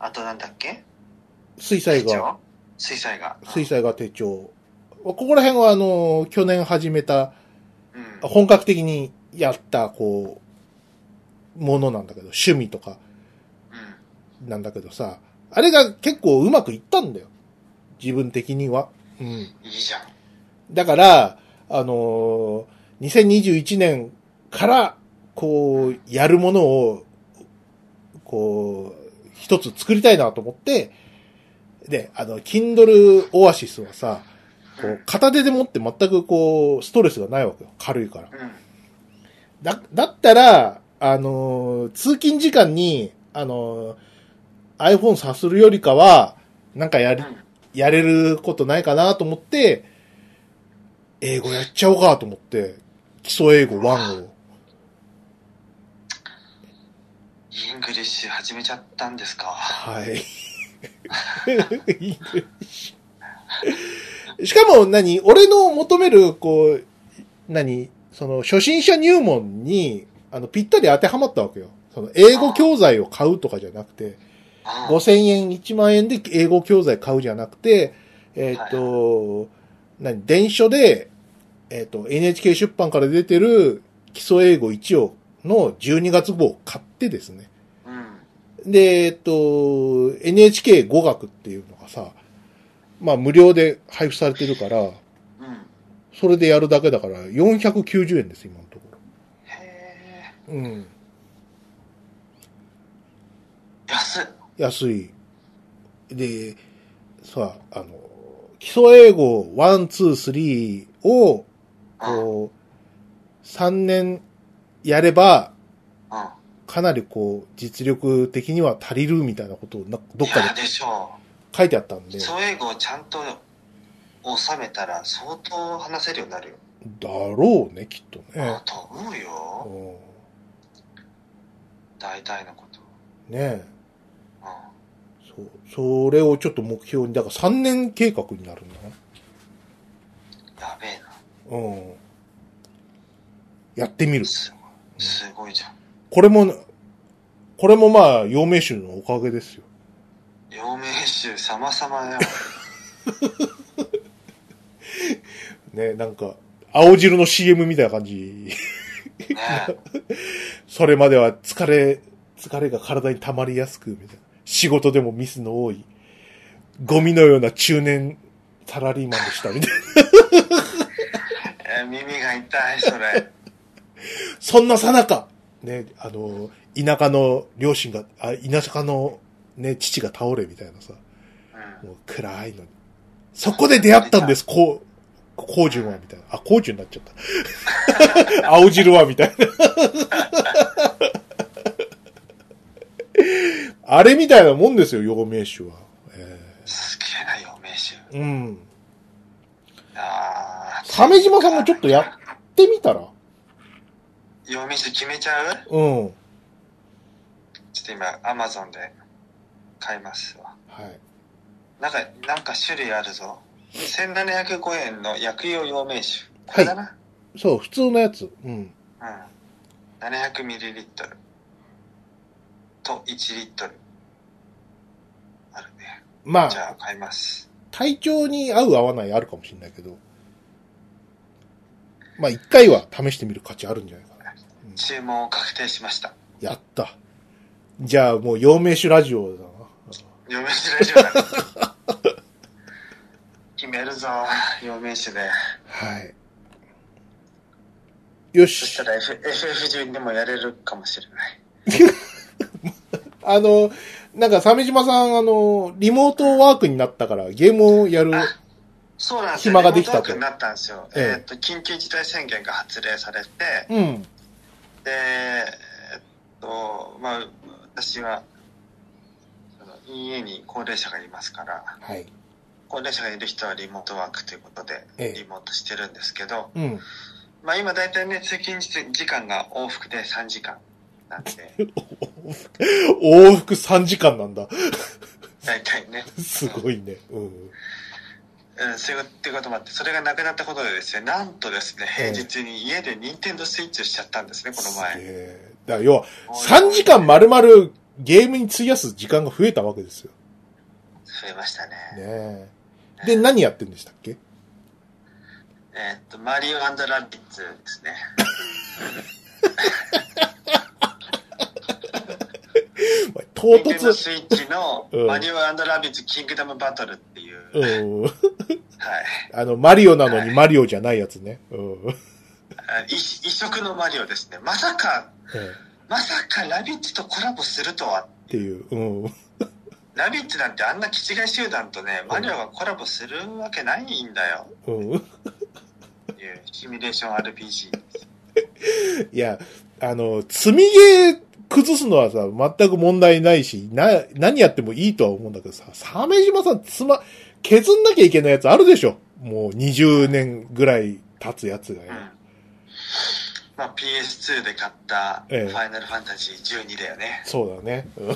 Speaker 1: あとなんだっけ
Speaker 2: 水彩
Speaker 1: 手
Speaker 2: 画、
Speaker 1: 帳水彩画。
Speaker 2: 水彩画手帳。ここら辺はあのー去年始めた、
Speaker 1: うん。うん
Speaker 2: 本格的にやった、こう、ものなんだけど、趣味とか
Speaker 1: うん
Speaker 2: なんだけどさ、あれが結構うまくいったんだよ。自分的には。うん。
Speaker 1: いいじゃん。
Speaker 2: だから、あのー2021年から、こう、やるものを、こう、一つ作りたいなと思って、で、あの、Kindle Oasis はさ、こう、片手で持って全くこう、ストレスがないわけよ。軽いから。
Speaker 1: うん。
Speaker 2: だ、だったら、あのー通勤時間に、あのー iPhone さするよりかは、なんかやり
Speaker 1: う、ん。
Speaker 2: やれることないかなと思って、英語やっちゃおうかと思って、基礎英語1を。
Speaker 1: イングリッシュ始めちゃったんですか。
Speaker 2: はい。しかも何、俺の求める、こう、何、その、初心者入門に、あの、ぴったり当てはまったわけよ。その、英語教材を買うとかじゃなくて、
Speaker 1: うん
Speaker 2: 5000円、1万円で英語教材買うじゃなくて、えーっ、と、何、電書で、えーっ、と、NHK 出版から出てる基礎英語1をの12月号を買ってですね。
Speaker 1: うん。
Speaker 2: で、えーっ、と、NHK 語学っていうのがさ、まあ無料で配布されてるから、
Speaker 1: うん。
Speaker 2: それでやるだけだから490円です、今のとこ
Speaker 1: へ
Speaker 2: ろ。うん。
Speaker 1: え。安い。
Speaker 2: 安い。で、さ、あの、基礎英語1、2、3を、
Speaker 1: うん。うん。
Speaker 2: こう、3年やれば、かなりこう、実力的には足りるみたいなことをな、どっ
Speaker 1: いや
Speaker 2: かで
Speaker 1: でしょ
Speaker 2: 書いてあったん
Speaker 1: う。
Speaker 2: で、
Speaker 1: そう英語をちゃんと収めたら相当話せるようになるよ。
Speaker 2: だろうね、きっとね
Speaker 1: あ。と思う
Speaker 2: う
Speaker 1: よ
Speaker 2: ん
Speaker 1: 大体のこと
Speaker 2: ねえ
Speaker 1: うん
Speaker 2: そう、それをちょっと目標に、だから3年計画になるんだな。
Speaker 1: やべえな
Speaker 2: うん。やってみる。
Speaker 1: すごいすごいじゃん
Speaker 2: これも、これもまあ、陽明酒のおかげですよ。
Speaker 1: 陽明酒様々だよ
Speaker 2: ね、なんか、青汁の CM みたいな感じ。
Speaker 1: ね
Speaker 2: それまでは疲れ、疲れが体に溜まりやすく、みたいな。仕事でもミスの多い。ゴミのような中年サラリーマンでした、みたいな。
Speaker 1: え 耳が痛いそれ
Speaker 2: そんなさなか、ね、あの、田舎の両親が、あ田舎のね、父が倒れ、みたいなさ。
Speaker 1: うん
Speaker 2: もう暗いのに。そこで出会ったんです、こう、こうじゅんは、みたいな。あ、こうじゅんになっちゃった。 青汁は、みたいな。あれみたいなもんですよ、陽明酒は。え
Speaker 1: すげえな陽明酒
Speaker 2: ーうん。
Speaker 1: あー
Speaker 2: 鮫島さんもちょっとやってみたら
Speaker 1: 陽明酒決めちゃう
Speaker 2: うん。は
Speaker 1: ちょっと今アマゾンで買いますわ
Speaker 2: い。
Speaker 1: なんかなんか種類あるぞ1705円の薬用陽明酒これだな、
Speaker 2: そう、普通のやつ。うん。
Speaker 1: うん 700ml と1リットルあるね
Speaker 2: ま
Speaker 1: じゃ
Speaker 2: あ、
Speaker 1: あ買います
Speaker 2: 体調に合う合わないあるかもしれないけど。まあ、一回は試してみる価値あるんじゃないかな。うん
Speaker 1: 注文を確定しました
Speaker 2: やった。じゃあもう、陽明酒ラジオだな。
Speaker 1: 陽明酒ラジオ だ決めるぞ陽明酒で
Speaker 2: はい。よ
Speaker 1: そし。
Speaker 2: した
Speaker 1: ら F- FF12 でもやれるかもしれない
Speaker 2: あの、なんか、鮫島さん、あの、リモートワークになったから、ゲームをやる。
Speaker 1: あそうなんですよ
Speaker 2: 暇ができたと
Speaker 1: リモートワークになったんですよ、
Speaker 2: ええ
Speaker 1: えーっと緊急事態宣言が発令されて
Speaker 2: うん。
Speaker 1: でえーっとまあ私はあの家に高齢者がいますから
Speaker 2: はい。
Speaker 1: 高齢者がいる人はリモートワークということで、
Speaker 2: ええ
Speaker 1: リモートしてるんですけど、
Speaker 2: うん。
Speaker 1: まあ今大体ね、通勤時間が往復で3時間なん で、
Speaker 2: 往復3時間なんだ。
Speaker 1: 大体ね、
Speaker 2: すごいね。うん。
Speaker 1: うん、そういうってこともあって、それがなくなったことでですね、なんとですね、
Speaker 2: ええ
Speaker 1: 平日に家で任天堂スイッチをしちゃったんですね、この
Speaker 2: すげ
Speaker 1: 前。
Speaker 2: えだから要は、3時間丸々ゲームに費やす時間が増えたわけですよ。
Speaker 1: 増えましたね。
Speaker 2: ねえ。で、何やってんでしたっけ
Speaker 1: えーっと、マリオラビッツですね。ニンテンド
Speaker 2: お前唐
Speaker 1: ー
Speaker 2: 突。
Speaker 1: スイッチの
Speaker 2: うん
Speaker 1: マリオラビッツキングダムバトルっていう、
Speaker 2: う
Speaker 1: はい。
Speaker 2: ん。あの、マリオなのにマリオじゃないやつね。うん。
Speaker 1: あ異異色のマリオですね。まさか、
Speaker 2: ええ
Speaker 1: まさかラビッツとコラボするとは
Speaker 2: っていう。うん。
Speaker 1: ラビッツなんてあんな気違い集団とね、マリオがコラボするわけないんだよ。
Speaker 2: うん。
Speaker 1: っていうシミュレーション RPG。
Speaker 2: いや、あの、積みゲー崩すのはさ、全く問題ないし、な、何やってもいいとは思うんだけどさ、鮫島さん、つま、削んなきゃいけないやつあるでしょもう20年ぐらい経つやつが
Speaker 1: うん。
Speaker 2: よ。
Speaker 1: まあ PS2 で買ったフ
Speaker 2: ええ
Speaker 1: ァイナルファンタジー12だよね。
Speaker 2: そうだね。う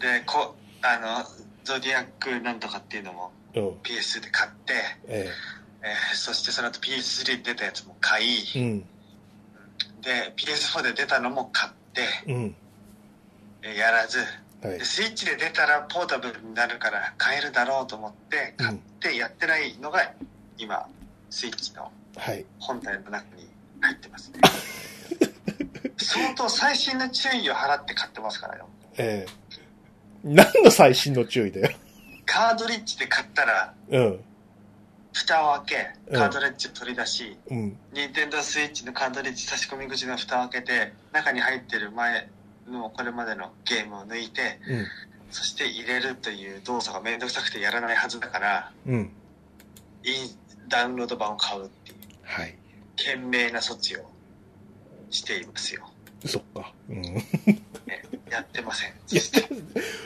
Speaker 1: で、こ、あの、ゾディアックなんとかっていうのも
Speaker 2: ん。うん。
Speaker 1: PS2 で買って、
Speaker 2: え
Speaker 1: えーそしてその後 PS3 で出たやつも買い、
Speaker 2: え。うん。
Speaker 1: で、PS4 で出たのも買って、
Speaker 2: うん。
Speaker 1: えーやらず、
Speaker 2: はい
Speaker 1: で。スイッチで出たらポータブルになるから買えるだろうと思って
Speaker 2: う
Speaker 1: 買っ
Speaker 2: ん。
Speaker 1: てやってないのが今スイッチの
Speaker 2: はい。
Speaker 1: 本体の中に入って ますね相当最新の注意を払って買ってますからよ
Speaker 2: ええ。何の最新の注意だよ。
Speaker 1: カードリッジで買ったら
Speaker 2: うん。
Speaker 1: 蓋を開
Speaker 2: うん
Speaker 1: けカードリッジを取り出し、
Speaker 2: うん。
Speaker 1: ニンテンドースイッチのカードリッジ差し込み口の蓋を開けて中に入ってる前のこれまでのゲームを抜いてそして入れるという動作がめんどくさくてやらないはずだから
Speaker 2: うん。うん。
Speaker 1: いいダウンロード版を買うっていう
Speaker 2: はい。
Speaker 1: 懸命な措置をしていますよ。
Speaker 2: そっか。うん。
Speaker 1: ね、やってません。そして、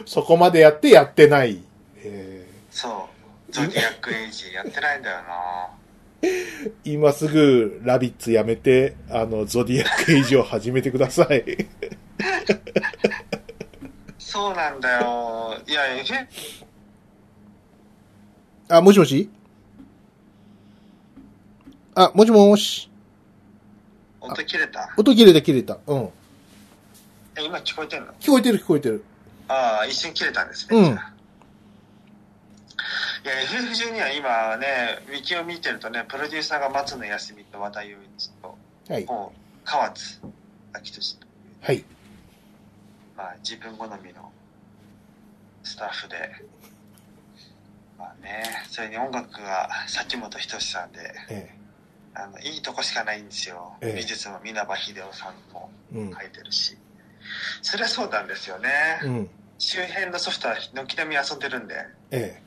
Speaker 2: そこまでやってやってない。え
Speaker 1: そう、ゾディアックエイジやってないんだよな。
Speaker 2: 今すぐ、ラビッツやめて、あの、ゾディアック以上始めてください。
Speaker 1: そうなんだよ。いや、え、
Speaker 2: あ、もしもしあ、もしもし。
Speaker 1: 音切れた
Speaker 2: 音切れた切れた。うん。
Speaker 1: え、今聞こえてんの
Speaker 2: 聞こえてる聞こえてる。
Speaker 1: ああ、一瞬切れたんですね。
Speaker 2: うん
Speaker 1: じゃあいや、FF12 は今ね、ウィキを見てるとね、プロデューサーが松野康美と和田雄一と、
Speaker 2: はい。
Speaker 1: もう、河津明俊と、
Speaker 2: はい。
Speaker 1: まあ、自分好みのスタッフで、まあね、それに音楽が崎本仁さんで、
Speaker 2: え
Speaker 1: あの、いいとこしかないんですよ。
Speaker 2: ええ
Speaker 1: 美術も稲葉秀夫さんも
Speaker 2: え。うん。
Speaker 1: 書いてるし。それはそうなんですよね。
Speaker 2: うん。
Speaker 1: 周辺のソフトは軒並み遊んでるんで、
Speaker 2: え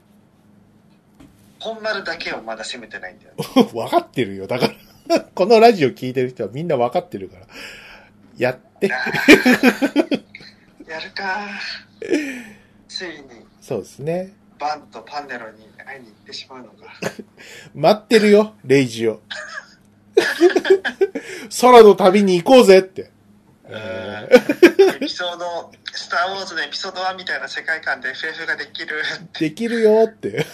Speaker 1: 本丸だけをまだ攻めてないんだよね。
Speaker 2: え。分かってるよ。だから、 このラジオ聞いてる人はみんな分かってるから。やって。
Speaker 1: やるか。ついに、
Speaker 2: そうですね。
Speaker 1: バンとパンデロに会いに行ってしまうのか。
Speaker 2: 待ってるよ、レイジを。 空の旅に行こうぜって。ええ
Speaker 1: エピソード、スター・ウォーズのエピソード1みたいな世界観で FF ができる。
Speaker 2: できるよって。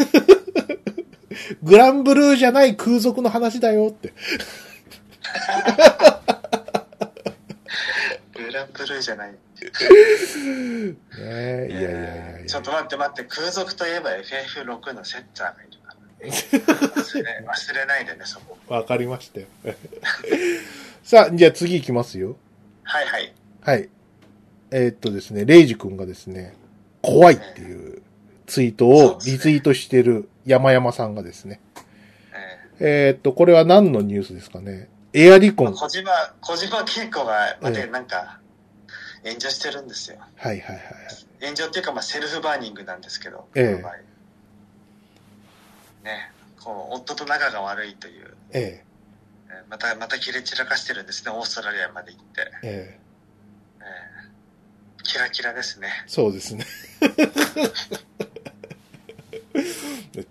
Speaker 2: グランブルーじゃない空賊の話だよって。
Speaker 1: グランブルーじゃない。
Speaker 2: ねえ、いやいやいやいや。
Speaker 1: ちょっと待って待って、空賊といえば FF6 のセッターがいるから。忘れ 忘れないでね、そこ。
Speaker 2: わかりましたよ。 さあ、じゃあ次行きますよ。
Speaker 1: はいはい。
Speaker 2: はい。えーっとですね、レイジ君がですね、怖いっていうツイートをリツイートしてる山山さんがですね。
Speaker 1: え
Speaker 2: えーっと、これは何のニュースですかね。エアリコ
Speaker 1: ー
Speaker 2: ン。
Speaker 1: 小島、小島恵子が、まあで、なんか、炎上してるんですよ。
Speaker 2: はいはいはい。
Speaker 1: 炎上っていうか、まあ、セルフバーニングなんですけど、
Speaker 2: ええ
Speaker 1: この場合ね、こう、夫と仲が悪いという、
Speaker 2: え
Speaker 1: えーまた、また切れ散らかしてるんですね、オーストラリアまで行って。
Speaker 2: え、え
Speaker 1: え
Speaker 2: え、
Speaker 1: ーキラキラですね。
Speaker 2: そうですね。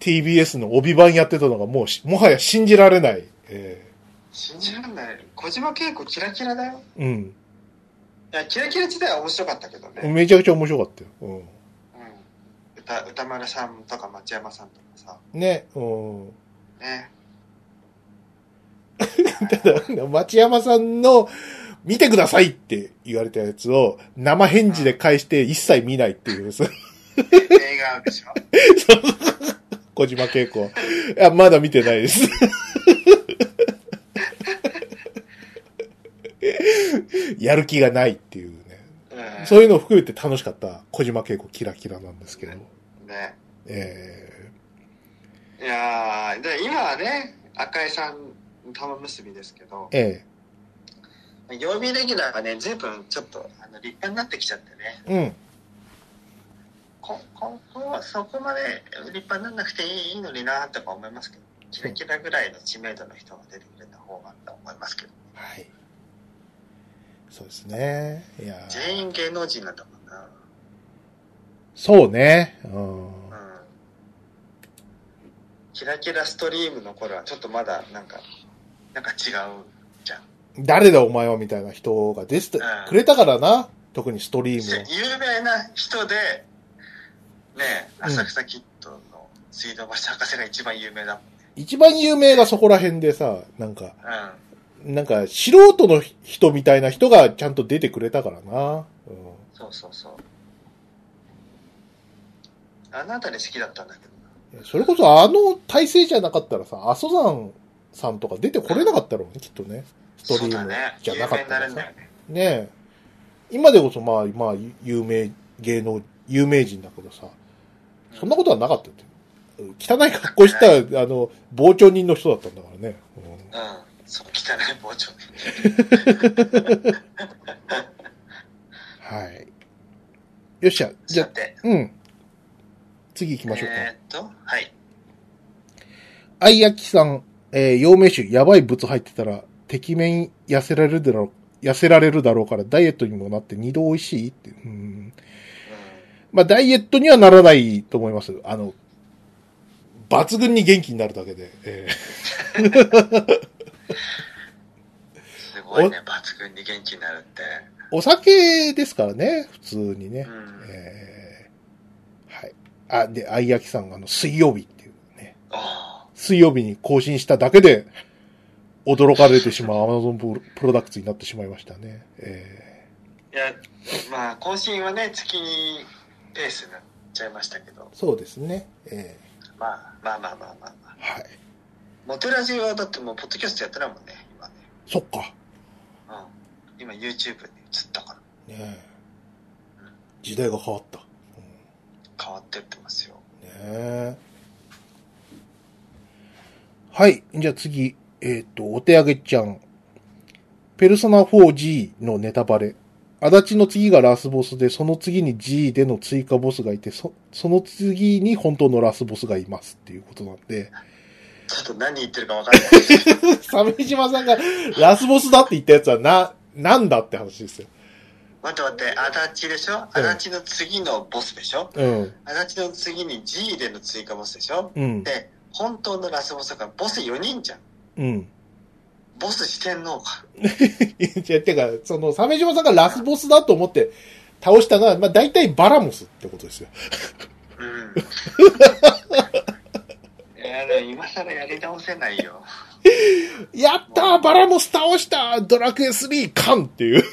Speaker 2: TBS の帯番やってたのがもうし、もはや信じられない。え
Speaker 1: 信じられない。小島恵子キラキラだよ。
Speaker 2: え、うん。
Speaker 1: いや、キラキラ自体は面白かったけどね。
Speaker 2: めちゃくちゃ面白かったよ。うん。
Speaker 1: うん歌歌丸さんとか町山さんとかさ
Speaker 2: ね、うん。
Speaker 1: ね
Speaker 2: 町山さん の見てくださいって言われたやつを生返事で返して一切見ないっていう、そう
Speaker 1: 映画でしょ
Speaker 2: 小島恵子。いや、まだ見てないです。 やる気がないっていうね。
Speaker 1: うん
Speaker 2: そういうのを含めて楽しかった小島恵子キラキラなんですけど。
Speaker 1: ね
Speaker 2: え
Speaker 1: いやーで今はね赤井さん玉結びですけど
Speaker 2: ー、え
Speaker 1: 曜日レギュラーがね随分ちょっとあの立派になってきちゃってね
Speaker 2: えうん。
Speaker 1: こここはそこまで立派にならなくていいいいのになとか思いますけどキラキラぐらいの知名度の人が出てくれた方がと思いますけど
Speaker 2: はい。そうですね。いやー
Speaker 1: 全員芸能人なんだもんな
Speaker 2: そうね。うん
Speaker 1: う。んキラキラストリームの頃はちょっとまだなんか、なんか違うじゃん。
Speaker 2: 誰だお前はみたいな人が出て
Speaker 1: うん
Speaker 2: くれたからな。特にストリーム
Speaker 1: 有名な人で、ねえ
Speaker 2: うん
Speaker 1: 浅草キッドの水道橋博士が一番有名だもん。
Speaker 2: 一番有名がそこら辺でさ、なんか、
Speaker 1: うん。
Speaker 2: なんか素人の人みたいな人がちゃんと出てくれたからな。うん
Speaker 1: そうそうそう。あのあたり好きだったんだけどな。
Speaker 2: それこそあの体制じゃなかったらさ、阿蘇山さんとか出てこれなかったろうね、きっとね。スト
Speaker 1: そう
Speaker 2: リー
Speaker 1: だ
Speaker 2: ム
Speaker 1: ね。
Speaker 2: じ
Speaker 1: 有
Speaker 2: ゃなか
Speaker 1: 名
Speaker 2: っ
Speaker 1: にな
Speaker 2: たら
Speaker 1: れ
Speaker 2: さ。
Speaker 1: んだよね。
Speaker 2: ねえ。今でこそまあ、まあ、有名、芸能、有名人だけどさ、そんなことはなかったって。汚い格好した、あの、傍聴人の人だったんだからね。うん
Speaker 1: うん。そう、汚い包丁ね。
Speaker 2: はい。よっしゃ。じゃ
Speaker 1: さ
Speaker 2: あ、
Speaker 1: て、
Speaker 2: うん。次行き
Speaker 1: え
Speaker 2: ましょうか。
Speaker 1: ーっと、はい。
Speaker 2: あいやきさん、えー、陽明酒、やばい物入ってたら、敵面痩せられるだろう、痩せられるだろうから、ダイエットにもなって二度美味しいって。う
Speaker 1: う
Speaker 2: ん。
Speaker 1: ん
Speaker 2: まあ、ダイエットにはならないと思います。あの、抜群に元気になるだけで。え
Speaker 1: すごいね、抜群に元気になるって。
Speaker 2: ーお酒ですからね、普通にね
Speaker 1: う。ん。
Speaker 2: えーはい。あ、で、愛焼さんがあの、水曜日っていうね。
Speaker 1: あ
Speaker 2: 水曜日に更新しただけで、驚かれてしまう Amazon プロダクツになってしまいましたね。え
Speaker 1: ーいや、まあ、更新はね、月にペースになっちゃいましたけど
Speaker 2: ー、そうですね。え
Speaker 1: まあ、まあまあまあまあまあ。
Speaker 2: ーはい。
Speaker 1: モテラジはだってもう、ポッドキャストやってないもんね、今ね。
Speaker 2: そっか。
Speaker 1: うん。今、YouTube に移ったから、
Speaker 2: ねえ時代が変わった。うん
Speaker 1: 変わってってますよ。
Speaker 2: ねえはい。じゃあ次。えっ、と、お手上げちゃん。ペルソナ 4G のネタバレ。足立の次がラスボスで、その次に G での追加ボスがいて、そその次に本当のラスボスがいますっていうことなん で、
Speaker 1: ちょっと何言ってるか分かん ないですけど。
Speaker 2: 鮫島さんがラスボスだって言ったやつはな、なんだって話ですよ。
Speaker 1: 待って待って、足立でしょ
Speaker 2: うん
Speaker 1: 足立の次のボスでしょ
Speaker 2: うん。
Speaker 1: 足立の次に G での追加ボスでしょ
Speaker 2: うん。
Speaker 1: で、本当のラスボスだからボス4人じゃん。
Speaker 2: うん。
Speaker 1: ボス四天王か。
Speaker 2: いや、てか、その、鮫島さんがラスボスだと思って倒したのは、まあ大体バラモスってことですよ。
Speaker 1: うん。いや、でも今更やり直せないよ。
Speaker 2: やったーバラモス倒したードラクエ3カンっていう。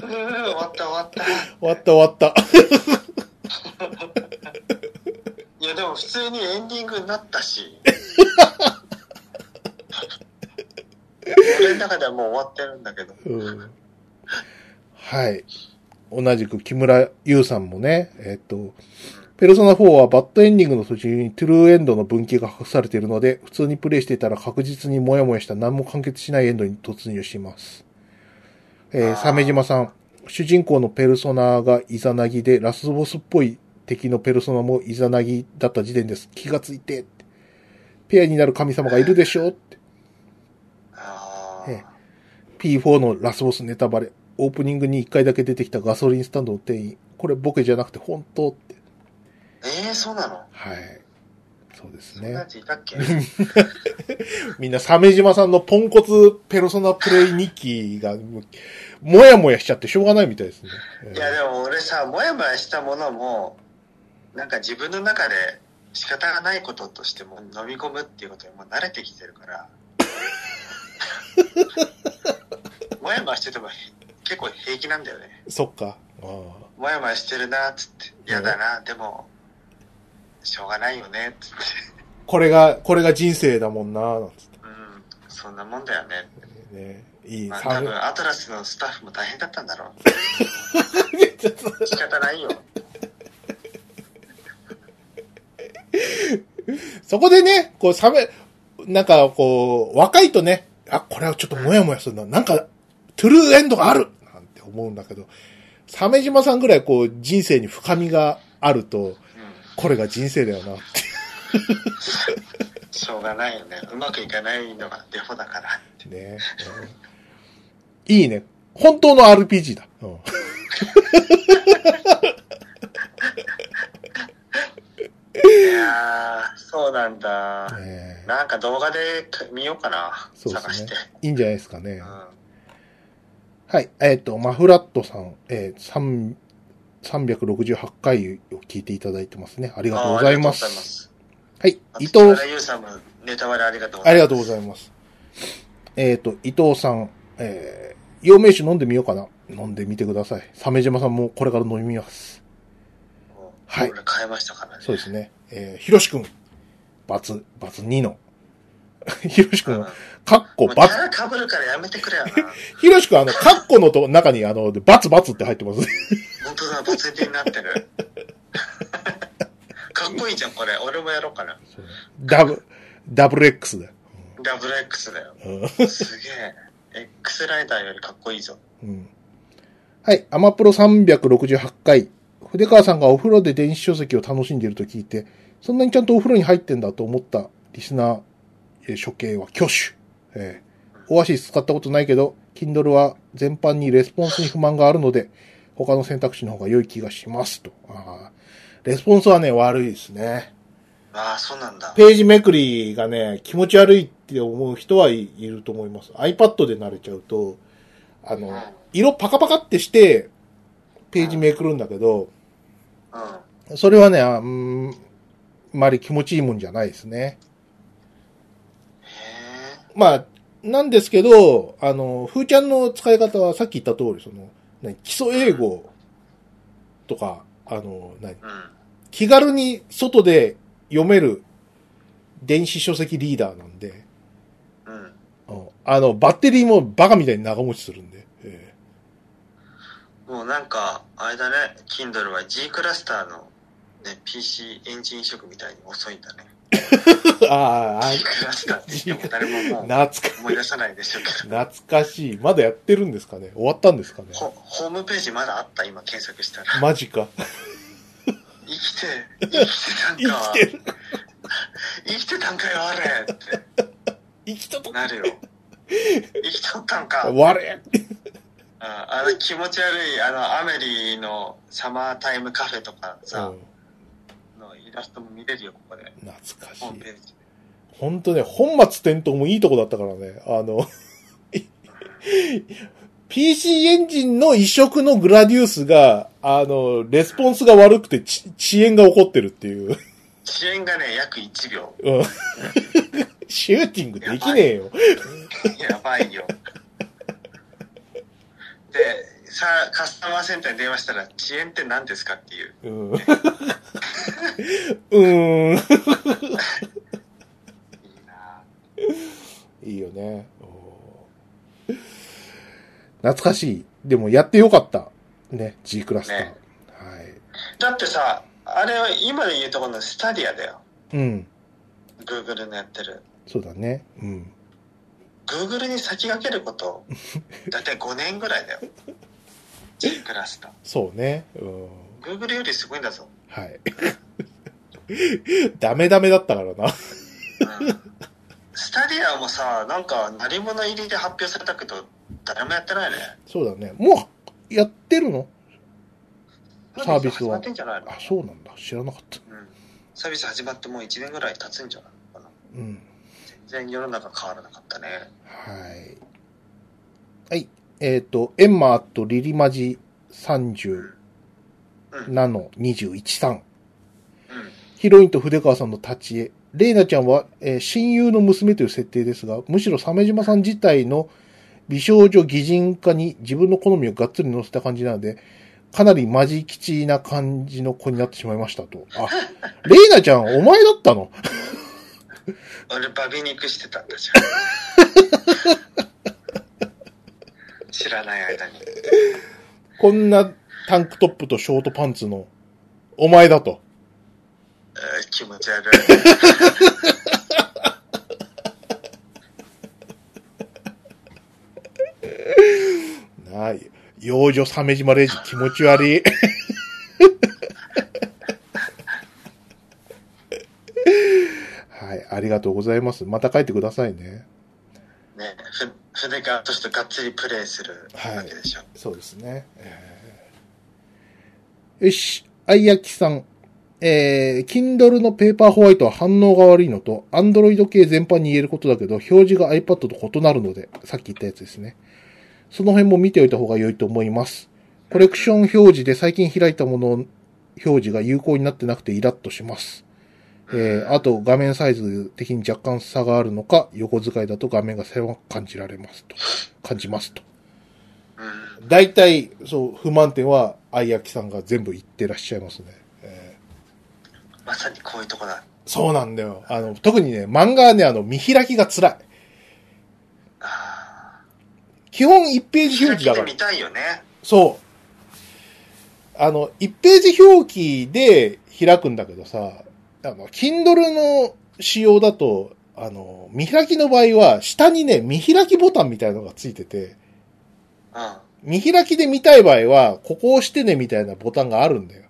Speaker 1: うー、終わった終わった。
Speaker 2: 終わった終わった。
Speaker 1: いや、でも普通にエンディングになったし。俺の中ではもう終わってるんだけど。
Speaker 2: うんはい。同じく木村優さんもね、えっ、と、ペルソナ4はバッドエンディングの途中にトゥルーエンドの分岐が隠されているので、普通にプレイしていたら確実にモヤモヤした何も完結しないエンドに突入します。え
Speaker 1: あー
Speaker 2: ー、鮫島さん。主人公のペルソナがイザナギで、ラスボスっぽい敵のペルソナもイザナギだった時点です。気がついてってペアになる神様がいるでしょって。
Speaker 1: あ
Speaker 2: ええ P4 のラスボスネタバレ。オープニングに一回だけ出てきたガソリンスタンドの店員。これボケじゃなくて本当って。
Speaker 1: ええそうなの
Speaker 2: はい。そうです
Speaker 1: そんなや
Speaker 2: ね。
Speaker 1: ついたっけ
Speaker 2: みんな、鮫島さんのポンコツペルソナプレイ日記が、ももやもやしちゃってしょうがないみたいですね。えー
Speaker 1: いやでも俺さもやもやしたものもなんか自分の中で仕方がないこととしても飲み込むっていうことにもう慣れてきてるから もやもやしてても結構平気なんだよね
Speaker 2: そっか。あー
Speaker 1: もやもやしてるなっつって嫌だなでもしょうがないよねっつって
Speaker 2: これが、これが人生だもんななんつっ
Speaker 1: うんそんなもんだよね、
Speaker 2: てね。いい、
Speaker 1: まあ、
Speaker 2: さ
Speaker 1: 多
Speaker 2: ん
Speaker 1: 分アトラスのスタッフも大変だったんだろ
Speaker 2: ちょっと
Speaker 1: う 仕方ないよ
Speaker 2: そこでね、こう、さめ、なんか、こう、若いとね、あ、これはちょっともやもやするな。なんか、トゥルーエンドがあるなんて思うんだけど、鮫島さんぐらい、こう、人生に深みがあると、
Speaker 1: うん
Speaker 2: これが人生だよなって。
Speaker 1: しょうがないよね。うまくいかないのがデフォだから。
Speaker 2: ね。うんいいね。本当の RPG だ。うん
Speaker 1: いやー、そうなんだ。
Speaker 2: ね
Speaker 1: なんか動画で見ようかな。
Speaker 2: そうで
Speaker 1: 探
Speaker 2: す
Speaker 1: し
Speaker 2: ね
Speaker 1: て。。
Speaker 2: いいんじゃないですかね
Speaker 1: う。ん。
Speaker 2: はい。えっ、と、マフラットさん、えー、三368回を聞いていただいてますね。ありがとうございます。
Speaker 1: あありがとうございます。あと
Speaker 2: はい。伊藤
Speaker 1: 原優さんもネタバレありがとうござ
Speaker 2: あ
Speaker 1: い
Speaker 2: り
Speaker 1: ます。
Speaker 2: がとうございます。えっ、と、伊藤さん、えー、陽明酒飲んでみようかな。飲んでみてください。鮫島さんもこれから飲みます。はい
Speaker 1: 俺買いましたからね。
Speaker 2: そうですね。えー、ひろしくん、バツ、バツ2の。ひろしく
Speaker 1: うん
Speaker 2: ん
Speaker 1: も、
Speaker 2: カッコ
Speaker 1: うキ
Speaker 2: バ
Speaker 1: ャ
Speaker 2: ツ。
Speaker 1: ラかぶるからやめてくれよな。
Speaker 2: ひろしくん、あの、カッコのと中に、あの、バツバツって入ってます。
Speaker 1: 本当だ、ボツイテになってる。 かっこいいじゃん、これ。俺もやろうかな。
Speaker 2: ダブ、ダブル X だよ。
Speaker 1: ダブル X だよ。
Speaker 2: うん
Speaker 1: すげえ。X ライダーよりかっこいいぞ。
Speaker 2: うんはい、アマプロ368回。筆川さんがお風呂で電子書籍を楽しんでいると聞いて、そんなにちゃんとお風呂に入ってんだと思ったリスナー、えー処刑は挙手。えーオアシス使ったことないけど、Kindle は全般にレスポンスに不満があるので、他の選択肢の方が良い気がしますと。あーレスポンスはね、悪いですね。
Speaker 1: ああ、そうなんだ。
Speaker 2: ページめくりがね、気持ち悪いって思う人はいいると思います。iPad で慣れちゃうと、あの、色パカパカってして、ページめくるんだけど、
Speaker 1: うん。
Speaker 2: それはね、あんあんまり気持ちいいもんじゃないですね。
Speaker 1: へえ。
Speaker 2: まあ、なんですけど、あの、ふーちゃんの使い方はさっき言った通り、その、何基礎英語とか、あの、何
Speaker 1: うん。
Speaker 2: 気軽に外で読める電子書籍リーダーなんで、
Speaker 1: うん。
Speaker 2: うんあの、バッテリーもバカみたいに長持ちするんで。え
Speaker 1: もうなんか、あれだね、Kindle は G クラスターの、ね、PC エンジン移植みたいに遅いんだね。
Speaker 2: えああ
Speaker 1: G クラスターって言っても誰も
Speaker 2: あ
Speaker 1: もう
Speaker 2: の、懐か、
Speaker 1: 思い出さないでしょうけど。
Speaker 2: 懐かしい。まだやってるんですかね終わったんですかね
Speaker 1: ほホームページまだあった今検索したら。
Speaker 2: マジか。
Speaker 1: 生きて、生 きてたんか
Speaker 2: 生き。てる。
Speaker 1: 生きてたんかよ、あれって
Speaker 2: 生きたと
Speaker 1: なるよ。生きとったんか。
Speaker 2: 割れ
Speaker 1: ああの気持ち悪い、あの、アメリーのサマータイムカフェとかさ、
Speaker 2: う
Speaker 1: のイラストも見れるよ、ここで。
Speaker 2: ん懐かし
Speaker 1: ホーム
Speaker 2: い
Speaker 1: ペ。ージ。
Speaker 2: ほんとね、本末転倒もいいとこだったからね。あの、PC エンジンの移植のグラディウスが、あの、レスポンスが悪くてち遅延が起こってるっていう。
Speaker 1: 遅延がね、約1秒。
Speaker 2: うん。シューティングできねえよ。
Speaker 1: やば いよ。で、さカスタマーセンターに電話したら、遅延って何ですかっていう。
Speaker 2: うん。うーん。
Speaker 1: いいない
Speaker 2: いよね。おー懐かしい。でもやってよかった。ね、G クラスター。
Speaker 1: ね
Speaker 2: はい。
Speaker 1: だってさ、あれは今で言うとこのスタディアだよ。
Speaker 2: うん。
Speaker 1: Google のやってる。
Speaker 2: そうだね。うん。
Speaker 1: Google に先駆けること、だいたい5年ぐらいだよ。G クラスター。
Speaker 2: そうね。うん。
Speaker 1: Google よりすごいんだぞ。
Speaker 2: はい。 ダメダメだったからな。
Speaker 1: うんスタディアもさ、なんか、鳴り物入りで発表されたけど、誰もやってないね。
Speaker 2: そうだね。もう、やってるのサービス
Speaker 1: 始ま
Speaker 2: は
Speaker 1: ってんじゃないの
Speaker 2: あ、そうなんだ。知らなかった。
Speaker 1: うん。サービス始まってもう1年ぐらい経つんじゃないのかな。
Speaker 2: うん。
Speaker 1: 全然世の中変わらなかったね。
Speaker 2: はい。はい。えっ、と、エンマーとリリマジ30、
Speaker 1: うん。
Speaker 2: ナノ21さん。
Speaker 1: うん。
Speaker 2: ヒロインと筆川さんの立ち絵。レイナちゃんは、えー親友の娘という設定ですが、むしろ鮫島さん自体の美少女擬人化に自分の好みをがっつり乗せた感じなので、かなりマジ吉な感じの子になってしまいましたと。あ、 レイナちゃん、お前だったの
Speaker 1: 俺、バビ肉してたんだじ ゃん。知らない間に。
Speaker 2: こんなタンクトップとショートパンツの、お前だと。
Speaker 1: えー気持ち悪い。
Speaker 2: ない。幼女鮫島レイジ気持ち悪い。 はい、ありがとうございます。また帰ってくださいね。
Speaker 1: ね、ふ筆川としてがっつりプレイするわけでしょ。
Speaker 2: そうですね。よし、あいやきさん。えー、Kindle のペーパーホワイトは反応が悪いのと、Android 系全般に言えることだけど、表示が iPad と異なるので、さっき言ったやつですね。その辺も見ておいた方が良いと思います。コレクション表示で最近開いたものの表示が有効になってなくてイラッとします。えー、あと画面サイズ的に若干差があるのか、横使いだと画面が狭く感じられますと。感じますと。
Speaker 1: うん。
Speaker 2: 大体、そう、不満点は、愛明さんが全部言ってらっしゃいますね。え
Speaker 1: まさにこういうとこだ。
Speaker 2: ーそうなんだよ。あの、特にね、漫画はね、あの、見開きが辛い。
Speaker 1: あ
Speaker 2: 基本1ペー
Speaker 1: あ。
Speaker 2: ジ表示だ
Speaker 1: て
Speaker 2: から
Speaker 1: み。たいよね。
Speaker 2: そう。あの、1ページ表記で開くんだけどさ、あの、Kindle の仕様だと、あの、見開きの場合は、下にね、見開きボタンみたいのがついてて、
Speaker 1: うん。あ
Speaker 2: 見開きで見たい場合は、ここを押してねみたいなボタンがあるんだよ。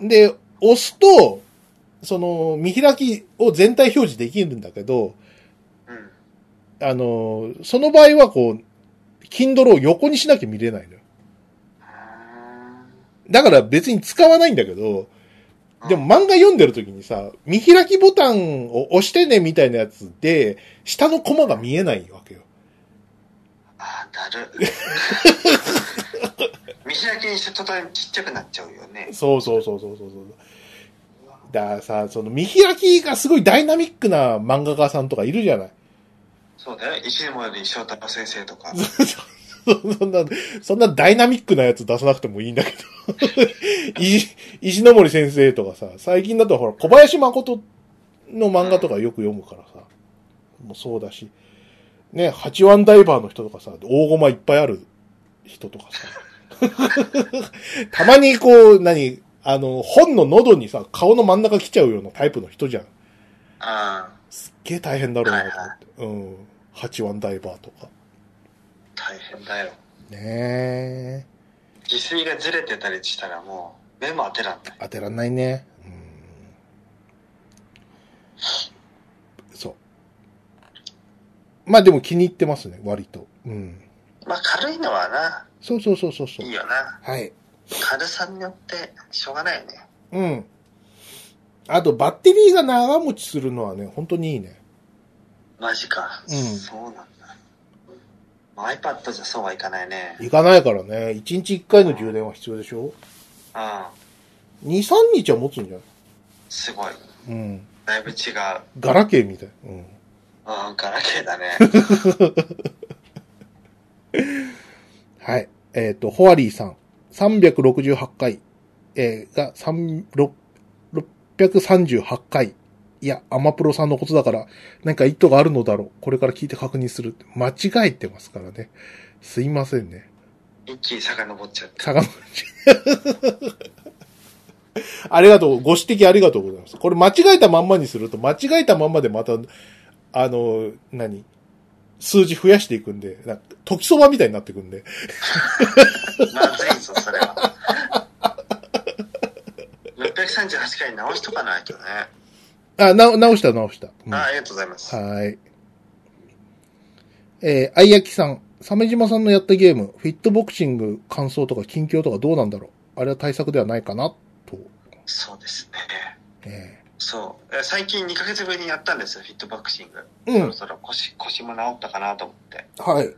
Speaker 2: で、押すと、その、見開きを全体表示できるんだけど、
Speaker 1: うん。
Speaker 2: あの、その場合はこう、Kindle を横にしなきゃ見れないのよ。
Speaker 1: うーん
Speaker 2: だから別に使わないんだけど、でも漫画読んでる時にさ、見開きボタンを押してねみたいなやつで、下のコマが見えないわけよ。
Speaker 1: ああ、だ る。見開きにして途端にちっちゃくなっちゃうよね。
Speaker 2: そうそうそうそうそうそう。だからさ、その見開きがすごいダイナミックな漫画家さんとかいるじゃない。
Speaker 1: そうだよ。石森章太郎先生とか。
Speaker 2: そんな、そんなダイナミックなやつ出さなくてもいいんだけど。 石石ノ森先生とかさ、最近だとほら、小林誠の漫画とかよく読むからさ、もうそうだし、ね、八腕ダイバーの人とかさ、大駒いっぱいある人とかさ、 たまにこう、何、あの、本の喉にさ、顔の真ん中来ちゃうようなタイプの人じゃん。
Speaker 1: ああ、
Speaker 2: すっげえ大変だろうなと思って。うん。八腕ダイバーとか。
Speaker 1: 大変だよ。
Speaker 2: ねえ。
Speaker 1: 自炊がずれてたりしたらもう、目も当てらんない。
Speaker 2: 当てらんないね。うん。そう。まあでも気に入ってますね、割と。うん。
Speaker 1: まあ軽いのはな、
Speaker 2: そうそうそうそうそ
Speaker 1: いうい。よな。
Speaker 2: はい。
Speaker 1: 軽さによって、しょうがないよね。
Speaker 2: うん。あと、バッテリーが長持ちするのはね、本当にいいね。
Speaker 1: マジか。
Speaker 2: うん
Speaker 1: そうなんだ。まあ iPad じゃそうはいかないね。
Speaker 2: いかないからね、1日1回の充電は必要でしょ
Speaker 1: うん。
Speaker 2: ?2、3日は持つんじゃない
Speaker 1: すごい。
Speaker 2: うん。
Speaker 1: だいぶ違う。う
Speaker 2: ガラケーみたい。うん。
Speaker 1: ん、ガラケーだ ね。
Speaker 2: はい。えっ、と、ホワリーさん。368回、えーが3、6 638回。いや、アマプロさんのことだから、何か意図があるのだろう。これから聞いて確認する。間違えてますからね。すいませんね。
Speaker 1: 一気に遡っちゃった。
Speaker 2: 坂本 ありがとう。ご指摘ありがとうございます。これ間違えたまんまにすると、間違えたまんまでまた、あの、何数字増やしていくんで、なんか時そばみたいになっていくんで。
Speaker 1: まずいぞ、それは。638回直しとかないとね。
Speaker 2: あ、な、直した直した。うん
Speaker 1: あありがとうございます。
Speaker 2: はい。えー、あいやきさん。鮫島さんのやったゲーム、フィットボクシング感想とか近況とかどうなんだろうあれは対策ではないかなと。
Speaker 1: そうですね。
Speaker 2: え
Speaker 1: そう。え最近2ヶ月ぶりにやったんですよ、フィットボクシング。
Speaker 2: ー
Speaker 1: そろ。そろ腰、腰も治ったかなと思って。
Speaker 2: はい。
Speaker 1: い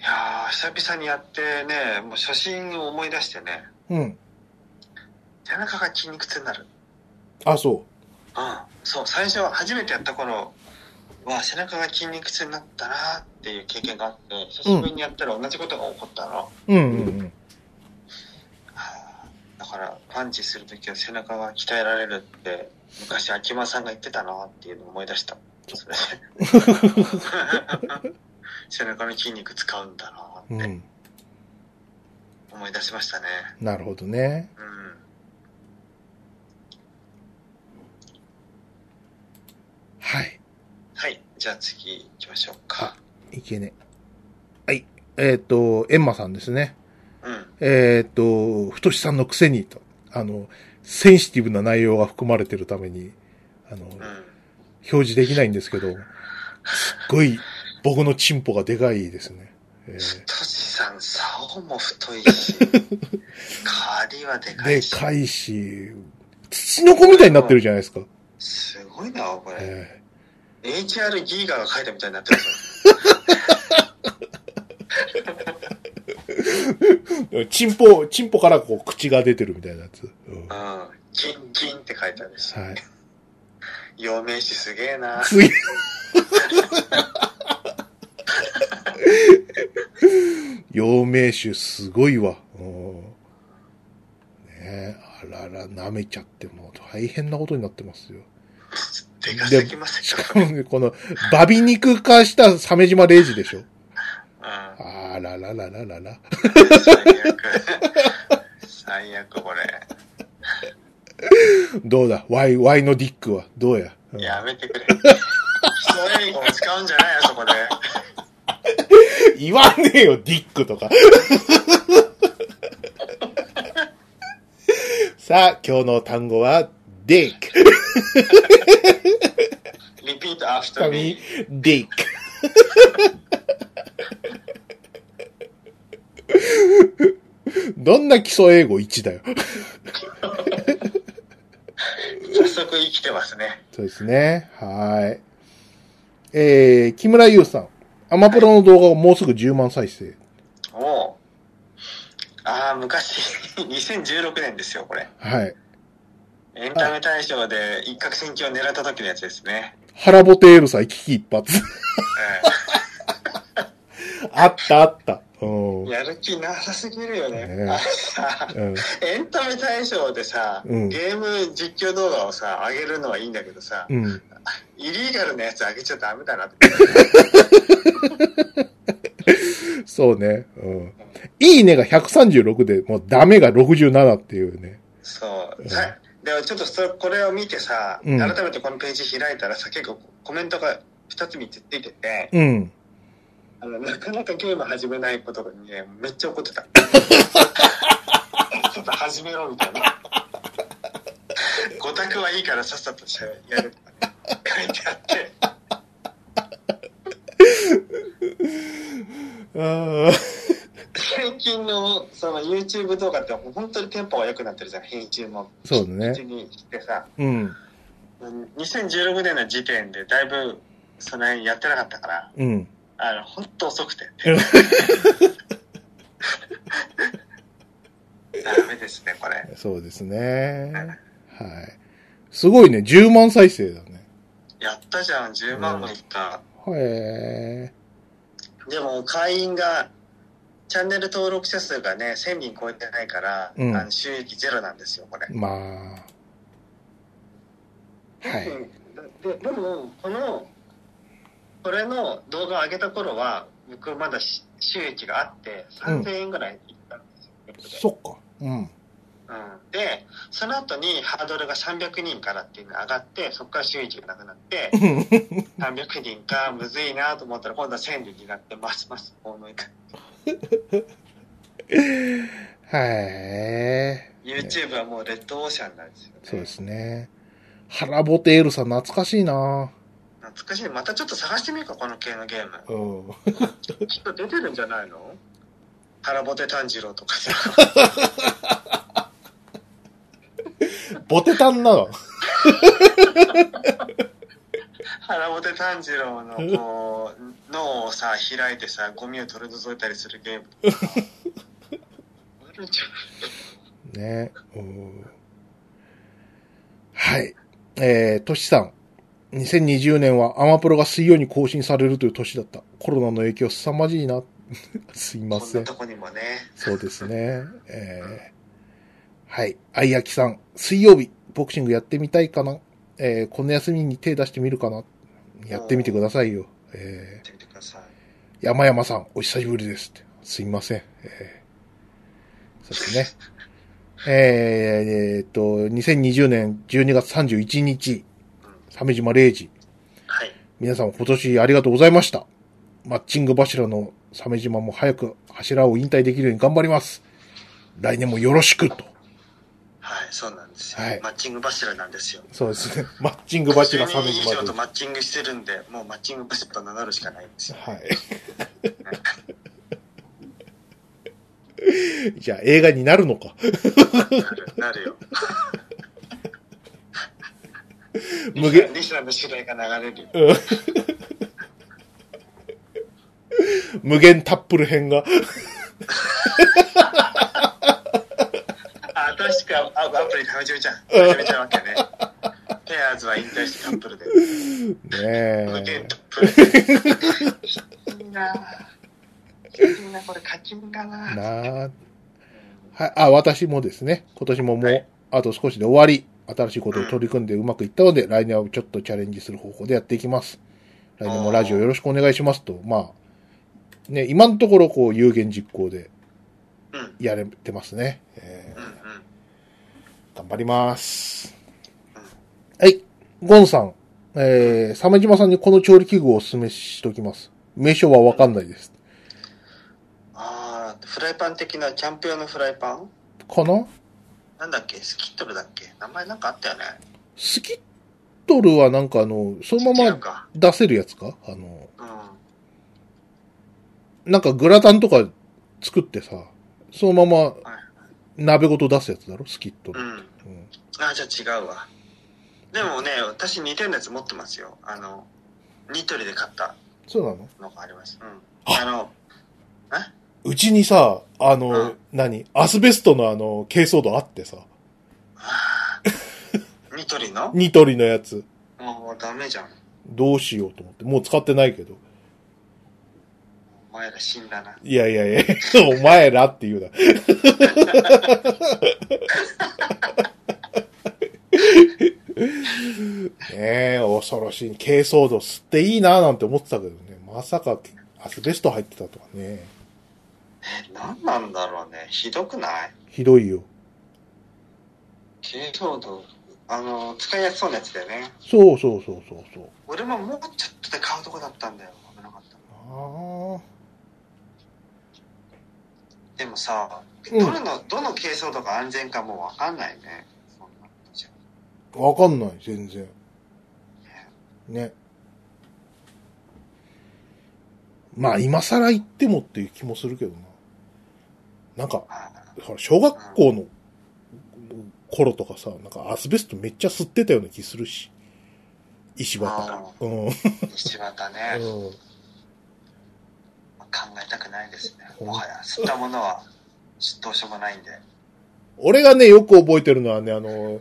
Speaker 1: やー、久々にやってね、もう初心を思い出してね、
Speaker 2: うん。
Speaker 1: 背中が筋肉痛になる。
Speaker 2: あ、そ
Speaker 1: うん、そう、最初は初めてやった頃は背中が筋肉痛になったなーっていう経験があって、久しぶりにやったら同じことが起こったの。は
Speaker 2: う。うんうんうん。
Speaker 1: あだから、パンチするときは背中が鍛えられるって、昔秋間さんが言ってたなーっていうのを思い出した。それで背中の筋肉使うんだ
Speaker 2: う
Speaker 1: なーって
Speaker 2: ん。
Speaker 1: 思い出しましたね。
Speaker 2: なるほどね。
Speaker 1: うん。
Speaker 2: はい。
Speaker 1: はい、じゃあ次行きましょうか。
Speaker 2: いけね。はい。えっ、と、エンマさんですね。
Speaker 1: うん。
Speaker 2: えっ、と、ふとしさんのくせにと、あの、センシティブな内容が含まれてるために、あの、
Speaker 1: うん。
Speaker 2: 表示できないんですけど、すっごい僕のチンポがでかいですね。えー
Speaker 1: 太しさん、竿も太い し、狩りはでか
Speaker 2: で
Speaker 1: いし、
Speaker 2: かいし、土の子みたいになってるじゃないですか。
Speaker 1: すごいな、これ。
Speaker 2: え
Speaker 1: HR ギーガーが書いたみたいになってるぞ。
Speaker 2: ーチンポ、チンポからこう口が出てるみたいなやつ。うん
Speaker 1: うん。
Speaker 2: は
Speaker 1: ギンギンって書いてあるし、
Speaker 2: い。
Speaker 1: 陽明詞すげえな。
Speaker 2: す げえ陽明酒すごいわ。うんねえ、あらら、舐めちゃってもう大変なことになってますよ。
Speaker 1: でかすぎません
Speaker 2: し
Speaker 1: か、
Speaker 2: かもね、この、バビ肉化した鮫島0時でしょ
Speaker 1: う
Speaker 2: あらららららら。
Speaker 1: ん。最悪。最悪、これ。
Speaker 2: どうだ ?Y、Y のディックは。どうや、うん
Speaker 1: やめてくれ。人英語を使うんじゃないよ、そこで。
Speaker 2: 言わねえよ、ディックとか。 さあ、今日の単語は、ディック。
Speaker 1: repeat after me.
Speaker 2: ディック。 どんな基礎英語1だよ。
Speaker 1: 早速生きてますね。
Speaker 2: そうですね。はい。えー、木村優さん。アマプラの動画をもうすぐ10万再生。
Speaker 1: おうああ、昔、2016年ですよ、これ。
Speaker 2: はい。
Speaker 1: エンタメ大賞で一攫千金を狙った時のやつですね。
Speaker 2: 腹ボテールさん危機一髪。あったあった。うん。
Speaker 1: うんやる気なさすぎるよね。
Speaker 2: ね
Speaker 1: あのさ
Speaker 2: うん
Speaker 1: エンタメ大賞でさ、
Speaker 2: うん
Speaker 1: ゲーム実況動画をさ、上げるのはいいんだけどさ、
Speaker 2: うん。
Speaker 1: イリーガルなやつ上げちゃダメだなって。
Speaker 2: そうね。うん。いいねが136で、もうダメが67っていうね。
Speaker 1: そう。さでもちょっとそこれを見てさ、
Speaker 2: うん
Speaker 1: 改めてこのページ開いたらさ、結構コメントが2つ3つついてて、
Speaker 2: うん。
Speaker 1: あの、なかなかゲーム始めないことにね、めっちゃ怒ってた。ちょっと始めろみたいな。五択はいいからさっさとしやる。書いてあって。
Speaker 2: あ
Speaker 1: 最近のその YouTube 動画って本当にテンポが良くなってるじゃん、編集も。
Speaker 2: そうだね
Speaker 1: 一にしてさ、
Speaker 2: うん。
Speaker 1: 2016年の時点でだいぶその辺やってなかったから、
Speaker 2: うん。
Speaker 1: あの、本当遅くて。ダメですね、これ。
Speaker 2: そうですね。はい。すごいね。10万再生だね。
Speaker 1: やったじゃん、10万もいった。
Speaker 2: へえ。
Speaker 1: でも会員が、チャンネル登録者数がね、1000人超えてないから、
Speaker 2: うん
Speaker 1: あの収益ゼロなんですよ、これ。
Speaker 2: まあ。はい。
Speaker 1: でででもこのこれの動画を上げた頃は僕まだし収益があって
Speaker 2: うん
Speaker 1: 3000円ぐらいいったんです
Speaker 2: そ
Speaker 1: よ、
Speaker 2: っか。う
Speaker 1: う
Speaker 2: ん。
Speaker 1: ん、でその後にハードルが300人からっていうのが上がってそこから収益がなくなって300人かむずいなと思ったら今度は1000人になってますますこの
Speaker 2: はい。
Speaker 1: YouTube はもうレッドオーシャンなんですよ、ね、
Speaker 2: そうですね。腹ボテールさん懐かしいな
Speaker 1: 懐かしいまたちょっと探してみようかこの系のゲーム
Speaker 2: うん。
Speaker 1: きっと出てるんじゃないの腹ボテ炭治郎とかさ
Speaker 2: ボテタンなの。
Speaker 1: 原本炭治郎のこう脳をさ開いてさゴミを取り除いたりするゲームとかあるんじ
Speaker 2: ね。うんはい。えー、としさん。2020年はアマプロが水曜に更新されるという年だった。コロナの影響凄まじいな。 すい
Speaker 1: ゃん
Speaker 2: ま
Speaker 1: こん
Speaker 2: せ。
Speaker 1: なんとこにもね
Speaker 2: そうですね。えー、はい。あいあきさん。水曜日、ボクシングやってみたいかな。えー、この休みに手出してみるかな。やってみてくださいよ。え
Speaker 1: や
Speaker 2: ー
Speaker 1: ってみてください
Speaker 2: 山山さん、お久しぶりですって。すいません。えー、そうですね。 えー、えーっと、2020年12月31日、鮫島0時。
Speaker 1: はい
Speaker 2: 皆さん今年ありがとうございました。マッチング柱の鮫島も早く柱を引退できるように頑張ります。来年もよろしくと。
Speaker 1: はいそうなんですよ、
Speaker 2: はい
Speaker 1: マッチング柱なんですよ
Speaker 2: そうですね。マッチング柱鮫
Speaker 1: 10人以
Speaker 2: 島
Speaker 1: 上
Speaker 2: です
Speaker 1: と。マッチングしてるんでもうマッチング柱と名乗るしかないんですよ
Speaker 2: はい。じゃあ映画になるのか。
Speaker 1: なるなるよ
Speaker 2: 無限
Speaker 1: リスナーの主題が流れるよ
Speaker 2: 無限タップル編が。
Speaker 1: あ新しくアアプリに始めちゃう始めちゃうわけねペアーズは引退してカップルで
Speaker 2: ね
Speaker 1: 無限
Speaker 2: え。
Speaker 1: トップ。いいなぁ。みんなこれ課金だなぁ。
Speaker 2: なあ。はい、あ、私もですね、今年ももう、あと少しで終わり、新しいことを取り組んでうまくいったので、来年はちょっとチャレンジする方向でやっていきます。来年もラジオよろしくお願いしますと、まあ、ね、今のところこう有言実行で
Speaker 1: うん。うん
Speaker 2: やれてますね。え
Speaker 1: うん。
Speaker 2: ー頑張ります。はい、ゴンさん、えー、鮫島さんにこの調理器具をお勧めしておきます。名称はわかんないです。
Speaker 1: ああ、フライパン的なキャンプ用のフライパン
Speaker 2: かな
Speaker 1: なんだっけスキットルだっけ名前なんかあったよね。
Speaker 2: スキットルはなんかあの、その
Speaker 1: 違
Speaker 2: ま
Speaker 1: う
Speaker 2: ま
Speaker 1: か。
Speaker 2: 出せるやつかあの、
Speaker 1: うん。
Speaker 2: なんかグラタンとか作ってさ、そのまま鍋ごと出すやつだろスキット
Speaker 1: う
Speaker 2: ル。
Speaker 1: ん。
Speaker 2: うん
Speaker 1: あ、じゃあ違うわ。でもね、私似てるやつ持ってますよ。あの、ニトリで買った
Speaker 2: そうなの
Speaker 1: のがあります。うん。
Speaker 2: あ
Speaker 1: あの、
Speaker 2: うちにさ、あの、
Speaker 1: うん
Speaker 2: 何アスベストのあの、珪藻土あってさ、
Speaker 1: あーニトリの
Speaker 2: ニトリのやつ、
Speaker 1: もうダメじゃん。
Speaker 2: どうしようと思って、もう使ってないけど。
Speaker 1: お前ら死んだな。
Speaker 2: いやいやいや、お前らって言うな。ねえ、恐ろしい。珪藻土吸っていいななんて思ってたけどね。まさか、アスベスト入ってたとはね。
Speaker 1: え、何なんだろうね。ひどくない
Speaker 2: ひどいよ。
Speaker 1: 軽装度、あの、使いやすそうなやつだよね。
Speaker 2: そうそうそうそうそう。
Speaker 1: 俺ももうちょっとで買うとこだったんだよ。危なかった。
Speaker 2: あ
Speaker 1: でもさ、
Speaker 2: うん
Speaker 1: どれの、どの軽装度が安全かもうわかんないね。そんなことじゃ
Speaker 2: あ、わかんない、全然。ね。まあ、今更言ってもっていう気もするけどな。なんか、
Speaker 1: あー
Speaker 2: ほら小学校の頃とかさ、なんかアスベストめっちゃ吸ってたような気するし。石
Speaker 1: あ
Speaker 2: 畑。うん。うん。
Speaker 1: 西畑 ね、考えたくないですね。もはや、吸ったものは、どうしようもないんで。
Speaker 2: 俺がね、よく覚えてるのはね、あの、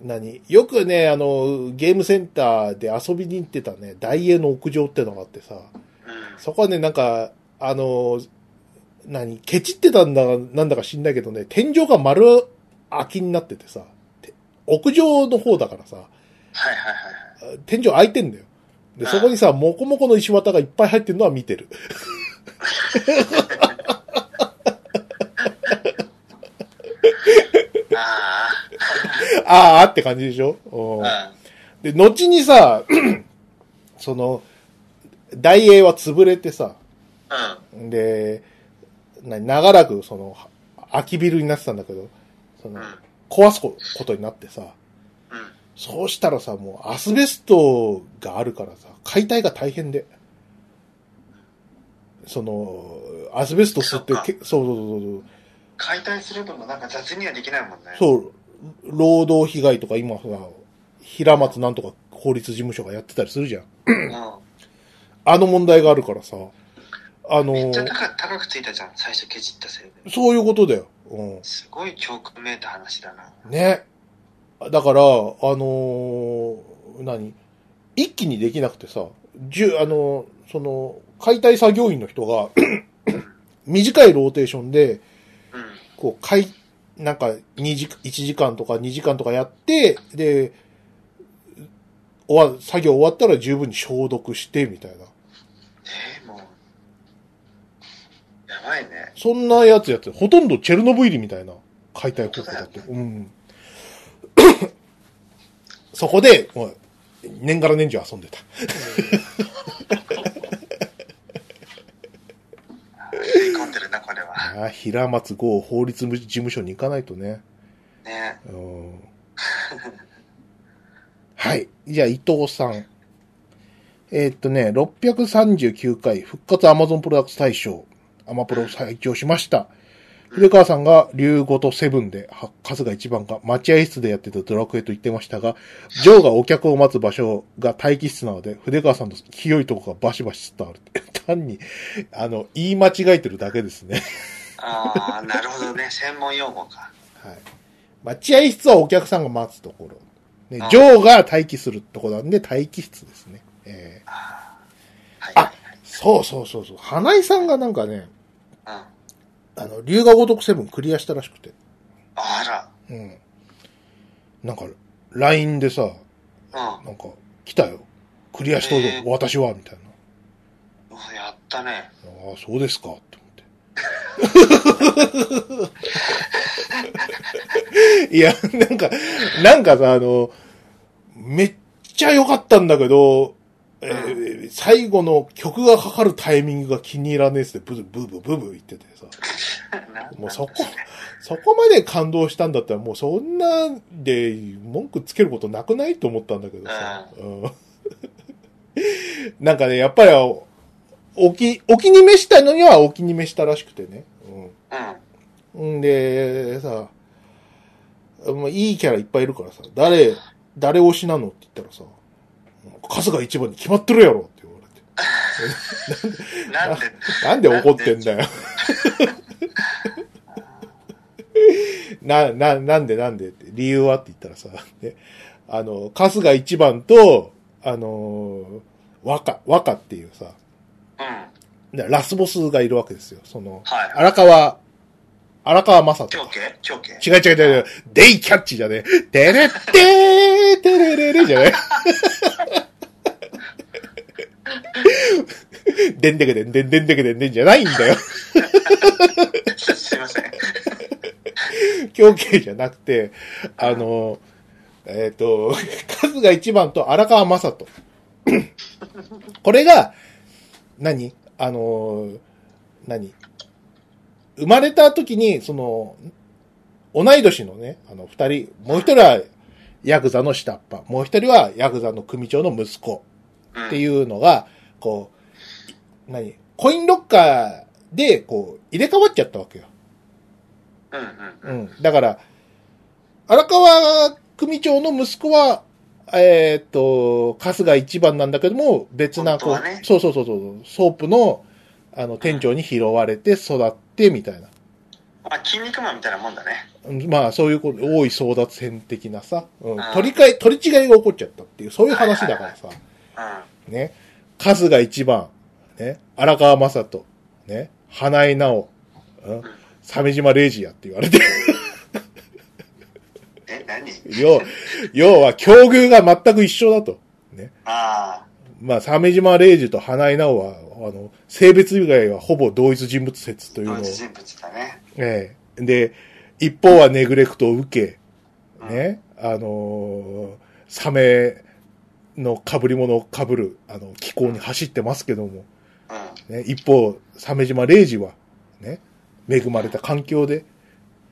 Speaker 2: 何よくね、あの、ゲームセンターで遊びに行ってたね、大英の屋上ってのがあってさ、
Speaker 1: うん。
Speaker 2: そこはね、なんか、あの、何ケチってたんだか、なんだか知んないけどね、天井が丸空きになっててさ、て屋上の方だからさ、
Speaker 1: はいはいはいはい。
Speaker 2: 天井開いてんだよ。で、
Speaker 1: うん
Speaker 2: そこにさ、もこもこの石綿がいっぱい入ってるのは見てる。
Speaker 1: あ
Speaker 2: あーって感じでしょ、うん
Speaker 1: あ、うん。
Speaker 2: で、後にさ、 その、大英は潰れてさ、
Speaker 1: うん。
Speaker 2: で、な長らくその、空きビルになってたんだけど、その
Speaker 1: うん。、
Speaker 2: 壊すこことになってさ、
Speaker 1: うん。
Speaker 2: そうしたらさ、もうアスベストがあるからさ、解体が大変で。その、アスベスト吸って
Speaker 1: そっか
Speaker 2: け、そうそうそうそう。
Speaker 1: 解体するのもなんか雑にはできないもんね。う。
Speaker 2: そう、労働被害とか今は、平松なんとか法律事務所がやってたりするじゃん。
Speaker 1: うん。
Speaker 2: あの問題があるからさ、あの、
Speaker 1: めっちゃ高高くついたじゃん、最初ケチったせいで。
Speaker 2: そういうことだよ。うん。
Speaker 1: すごい教訓めいた話だな。
Speaker 2: ね。だから、あのー何一気にできなくてさ、じゅ、あのーその、解体作業員の人が、 短いローテーションで、
Speaker 1: うん。
Speaker 2: こう、解、なんか、二時、1時間とか2時間とかやって、で、終わ、作業終わったら十分に消毒して、みたいな。
Speaker 1: えー、もう。やばいね。
Speaker 2: そんなやつやって、ほとんどチェルノブイリみたいな解体方法だ って。うん。 そこで、もう年がら年中遊んでた。
Speaker 1: 吸い込んでるな、これは。
Speaker 2: ああ、平松剛法律事務所に行かないとね。
Speaker 1: ね
Speaker 2: うんはい。じゃあ、伊藤さん。えーっとね、639回復活 Amazon プロダクツ大賞、アマプロを最長しました。古川さんが竜ごとセブンで、は春日一番が待合室でやってたドラクエと言ってましたが、ジョーがお客を待つ場所が待機室なので、筆川さんの清いとこがバシバシ伝わる。単に、あの、言い間違えてるだけですね。
Speaker 1: ああ、なるほどね。専門用語か。
Speaker 2: はい。待合室はお客さんが待つところ。ね
Speaker 1: あ、あ
Speaker 2: ジョーが待機するところなんで、待機室ですね。えー
Speaker 1: はい
Speaker 2: あそうそうそうそう。花井さんがなんかね、
Speaker 1: はい。うん。
Speaker 2: あの、龍河如くセブンクリアしたらしくて。
Speaker 1: あ
Speaker 2: うん。なんか、LINE でさ、
Speaker 1: ら。うん
Speaker 2: なんか、来たよ。クリアしとるぞ、
Speaker 1: えー
Speaker 2: 私は、みたいな。
Speaker 1: うわ。やったね。
Speaker 2: ああ、そうですか、って思って。い や、なんか、なんかさ、あの、めっちゃ良かったんだけど、えー最後の曲がかかるタイミングが気に入らねえっすって、ブーブーブーブーブー言っててさ、もうそこ、そこまで感動したんだったら、もうそんなで文句つけることなくないと思ったんだけどさ、うん なんかね、やっぱり、お気、お気に召したのにはお気に召したらしくてね。うん。
Speaker 1: うん。
Speaker 2: んで、さ、もういいキャラいっぱいいるからさ、誰、誰推しなのって言ったらさ、春日一番に決まってるやろって言われて。
Speaker 1: なんで、
Speaker 2: なんで怒ってんだよ。な、な、なんでなんでって、理由はって言ったらさ、であの、春日一番と、あのー、若、若っていうさ、
Speaker 1: うん。
Speaker 2: でラスボスがいるわけですよ。その、
Speaker 1: はい
Speaker 2: 荒川、荒川正人
Speaker 1: 狂。気狂気
Speaker 2: 違う違う違う違う、デイキャッチじゃねえ。てれってー、てれれれじゃねえ。でんでけでんでんでんでけでんでんじゃないんだよ。
Speaker 1: すいません。
Speaker 2: 狂気じゃなくて、あの、えっ、と、春日一番と荒川正人。これが、何あの、何生まれた時に、その、同い年のね、あの、二人、もう一人はヤクザの下っ端、もう一人はヤクザの組長の息子
Speaker 1: うん
Speaker 2: っていうのが、こう、何コインロッカーで、こう、入れ替わっちゃったわけよ。
Speaker 1: うんうんうん。
Speaker 2: うん。だから、荒川組長の息子は、えーっ、と、春日一番なんだけども、別な、こ
Speaker 1: 本当はね
Speaker 2: う、そうそうそうそう、ソープの、あの、店長に拾われて育って、みたいな。
Speaker 1: まあ、筋肉マンみたいなもんだね。
Speaker 2: うんまあ、そういうこと、多い争奪戦的なさ、うん
Speaker 1: あ、ー
Speaker 2: 取り替え、取り違いが起こっちゃったっていう、そういう話だからさ、
Speaker 1: う
Speaker 2: ね、春日一番、ね、荒川正人、ね、花江直、うん、鮫島礼二やって言われて
Speaker 1: ん。え、何
Speaker 2: 要、要は、境遇が全く一緒だと。ね。
Speaker 1: あ
Speaker 2: まあ、鮫島礼二と花井直は、あの、性別以外はほぼ同一人物説と
Speaker 1: あ、
Speaker 2: いうの
Speaker 1: 同
Speaker 2: を。
Speaker 1: 一人物だね。
Speaker 2: ええで、一方はネグレクトを受
Speaker 1: う
Speaker 2: け、
Speaker 1: ん。
Speaker 2: ね。あのーサメの被り物を被る、あの、気候に走ってますけども、
Speaker 1: うん。
Speaker 2: ね。一方、鮫島礼二は、ね。恵まれた環境で、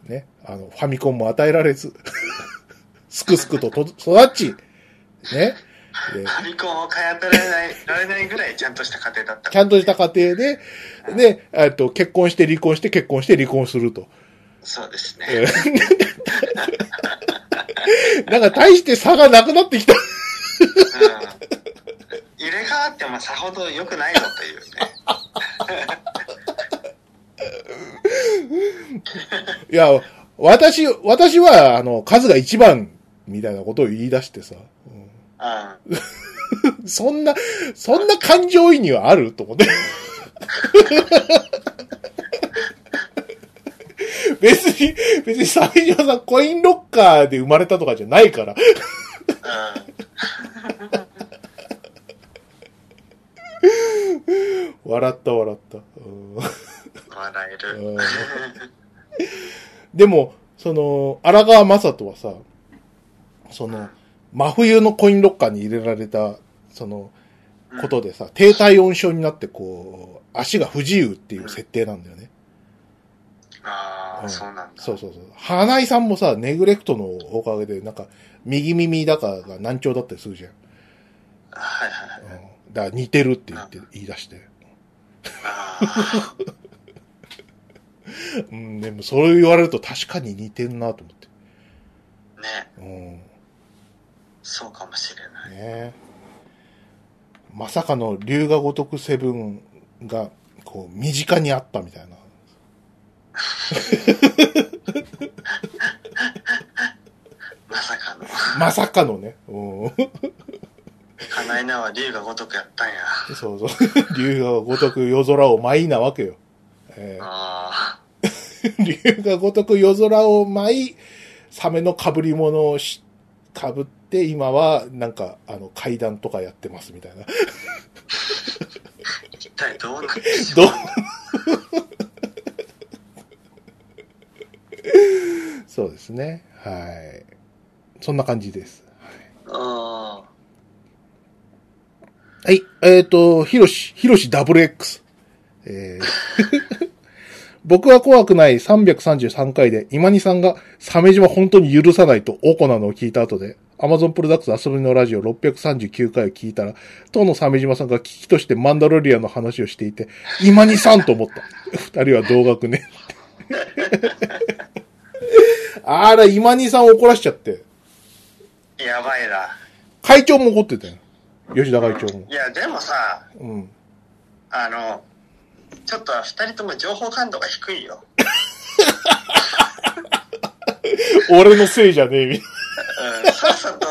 Speaker 2: ね。あの、ファミコンも与えられず、 すくすくとと育ち、ね。で
Speaker 1: ファミコンを買い当てられない、られないぐらいちゃんとした家庭だった。
Speaker 2: ちゃんとした家庭で、で、えっと、結婚して離婚して結婚して離婚すると。
Speaker 1: そうですね。
Speaker 2: なんか大して差がなくなってきた。
Speaker 1: うん。入れ替わってもさほど良くないぞというね。
Speaker 2: いや、私、私は、あの、数が一番、みたいなことを言い出してさ。
Speaker 1: うん。
Speaker 2: うんそんな、そんな感情移入あると思って。 別に、別に鮫島さんコインロッカーで生まれたとかじゃないから。笑った笑った。うん
Speaker 1: うん。笑える。
Speaker 2: うん でも、その、荒川正人はさ、その、真冬のコインロッカーに入れられた、その、
Speaker 1: うん
Speaker 2: ことでさ、低体温症になって、こう、足が不自由っていう設定なんだよね。
Speaker 1: ああ、
Speaker 2: うん
Speaker 1: そうなんだ。
Speaker 2: そうそうそう。花井さんもさ、ネグレクトのおかげで、なんか、右耳だかが難聴だったりするじゃん。
Speaker 1: はいはいはい。
Speaker 2: うん、だから似てるって言って、言い出して。
Speaker 1: ああ。
Speaker 2: うん、でもそれ言われると確かに似てんなと思って。
Speaker 1: ね。
Speaker 2: うん。
Speaker 1: そうかもしれない。
Speaker 2: ねえまさかの龍が如くセブンが、こう、身近にあったみたいな。
Speaker 1: まさかの。
Speaker 2: まさかのね。うん、
Speaker 1: 花井菜は竜が如くやったんや。
Speaker 2: そうそう。龍が如く夜空を舞いなわけよ。え
Speaker 1: あ
Speaker 2: ー、龍が如く夜空を舞い、サメの被り物をし、被って、今は、なんか、あの、階段とかやってますみたいな。
Speaker 1: あ。一体どうなってしまう
Speaker 2: どう そうですね。はい。そんな感じです。
Speaker 1: あ
Speaker 2: はい。えっ、と、ひろし、ひろし WX。えー 僕は怖くない333回で、今にさんが、鮫島本当に許さないと、おこなのを聞いた後で、Amazon プロダクツ遊びのラジオ639回を聞いたら、当の鮫島さんが聞き としてマンダロリアの話をしていて、今にさんと思った。二人は同学ね。 あら、今にさん怒らしちゃって。
Speaker 1: やばいな。
Speaker 2: 会長も怒ってたよ。吉田会長も
Speaker 1: い。や、でもさ、
Speaker 2: うん。
Speaker 1: あの、ちょっと二人とも情報感度が低いよ。
Speaker 2: 俺のせいじゃねえ、み
Speaker 1: う
Speaker 2: たい
Speaker 1: ん、さっさと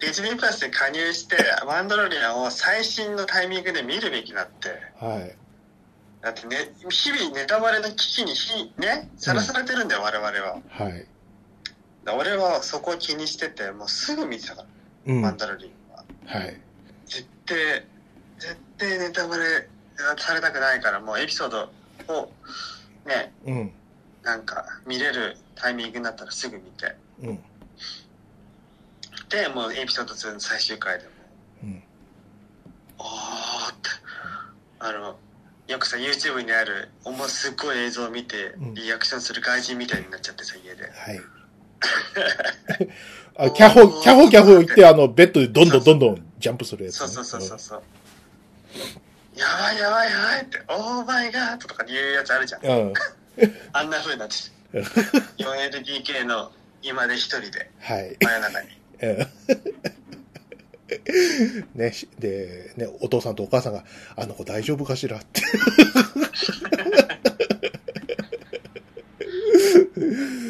Speaker 1: ディズニープラスに加入して、マンドロリアンを最新のタイミングで見るべきだって。
Speaker 2: な。はい。
Speaker 1: だってね、日々ネタバレの危機にひ、ね、さらされてるんだよ、我々は。
Speaker 2: はい。
Speaker 1: だ俺はそこを気にしてて、もうすぐ見てたから、
Speaker 2: うん。
Speaker 1: マ
Speaker 2: は
Speaker 1: ンダロリンは。
Speaker 2: い。
Speaker 1: 絶対、絶対ネタバレされたくないから、もうエピソードを、ね、
Speaker 2: うん。
Speaker 1: なんか見れるタイミングになったらすぐ見て。
Speaker 2: うん。
Speaker 1: で、もうエピソード2の最終回でも、
Speaker 2: うん。
Speaker 1: おーって、あの、よくさ、YouTube にある、おもすっごい映像を見て
Speaker 2: う、ん
Speaker 1: リアクションする外人みたいになっちゃってさ、家で。
Speaker 2: はい。あ、キャホ、キャホキャホ言って、あの、ベッドでどんどんどんどんジャンプするやつ、
Speaker 1: そ
Speaker 2: ね。
Speaker 1: うそうそうそうそう。やばいやばいやばいって、オーマイガーとか言うやつあるじゃん。
Speaker 2: うん。うん。
Speaker 1: あんな風にな ってる 4LDK の今で一人で、
Speaker 2: はい。
Speaker 1: 真夜中に。
Speaker 2: うん ね、しで、ね、お父さんとお母さんが、あの子大丈夫かしらって。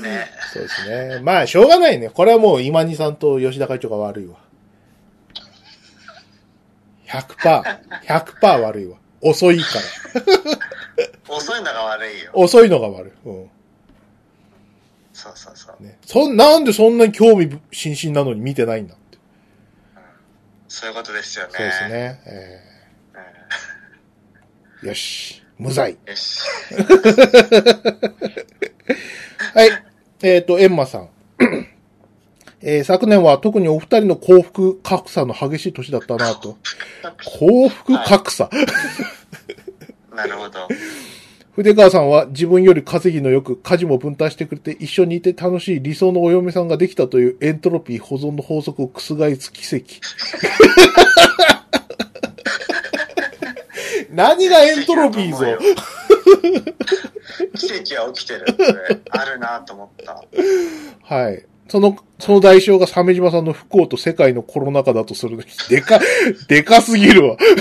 Speaker 1: ね
Speaker 2: そうですね。まあ、しょうがないね。これはもう今にさんと吉田会長が悪いわ。100%、100%悪いわ。遅いから。
Speaker 1: 遅いのが悪いよ。
Speaker 2: 遅いのが悪い。うん。
Speaker 1: そうそうそう。
Speaker 2: ね。そん、なんでそんなに興味津々なのに見てないんだって。
Speaker 1: そういうことですよね。
Speaker 2: そうですね。えーよし。無罪。
Speaker 1: うん。よし。
Speaker 2: はい。えっ、と、エンマさん。 えー昨年は特にお二人の幸福格差の激しい年だったなと。幸福格差。
Speaker 1: なるほど。
Speaker 2: 筆川さんは自分より稼ぎのよく家事も分担してくれて一緒にいて楽しい理想のお嫁さんができたというエントロピー保存の法則を覆す奇 跡。何がエントロピーぞ。
Speaker 1: 奇跡は起きてる。これあるなと思った。
Speaker 2: はい。その、その代償が鮫島さんの不幸と世界のコロナ禍だとするのに、でか、 でかすぎるわ。
Speaker 1: す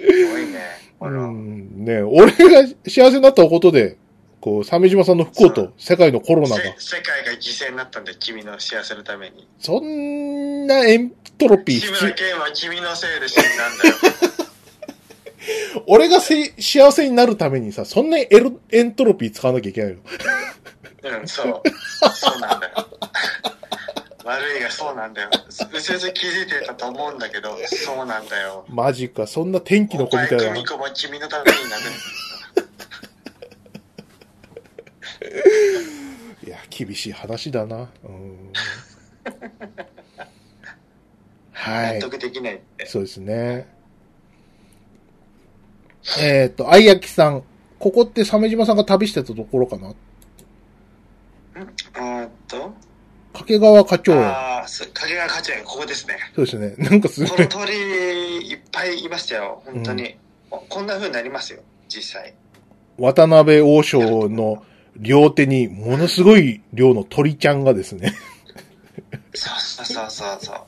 Speaker 1: ごいね。こ
Speaker 2: う
Speaker 1: の
Speaker 2: ん、ね俺が幸せになったことで、こう、鮫島さんの不幸と世界のコロナが、
Speaker 1: せ世界が犠牲になったんだよ、君の幸せのために。
Speaker 2: そんなエントロピー
Speaker 1: 志村
Speaker 2: 必
Speaker 1: けんは君のせいで死んだんだよ。
Speaker 2: 要、俺がせ幸せになるためにさ、そんなエルエントロピー使わなきゃいけないの。
Speaker 1: うん、そう。 そうなんだよ。悪いがそうなんだよ。うすうす気づいてたと思うんだけど、そうなんだよ。
Speaker 2: マジか、そんな天気の
Speaker 1: お
Speaker 2: 子み
Speaker 1: 前
Speaker 2: た
Speaker 1: と
Speaker 2: いな
Speaker 1: み。こも君のためになる。
Speaker 2: いや、厳しい話だな。うん はい。
Speaker 1: 納得できないって。
Speaker 2: そうですね。えっ、と、あいやきさん。ここって鮫島さんが旅してたところかな
Speaker 1: うーんと。
Speaker 2: 掛川課長園。
Speaker 1: ああ、そう影川課長や、ここですね。
Speaker 2: そうですね。なんかすご
Speaker 1: こ
Speaker 2: い。
Speaker 1: の通りいっぱいいましたよ、本当に。おこんな風になりますよ、実際。
Speaker 2: 渡辺王将の両手にものすごい量の鳥ちゃんがですね。
Speaker 1: そうそうそうそうそう。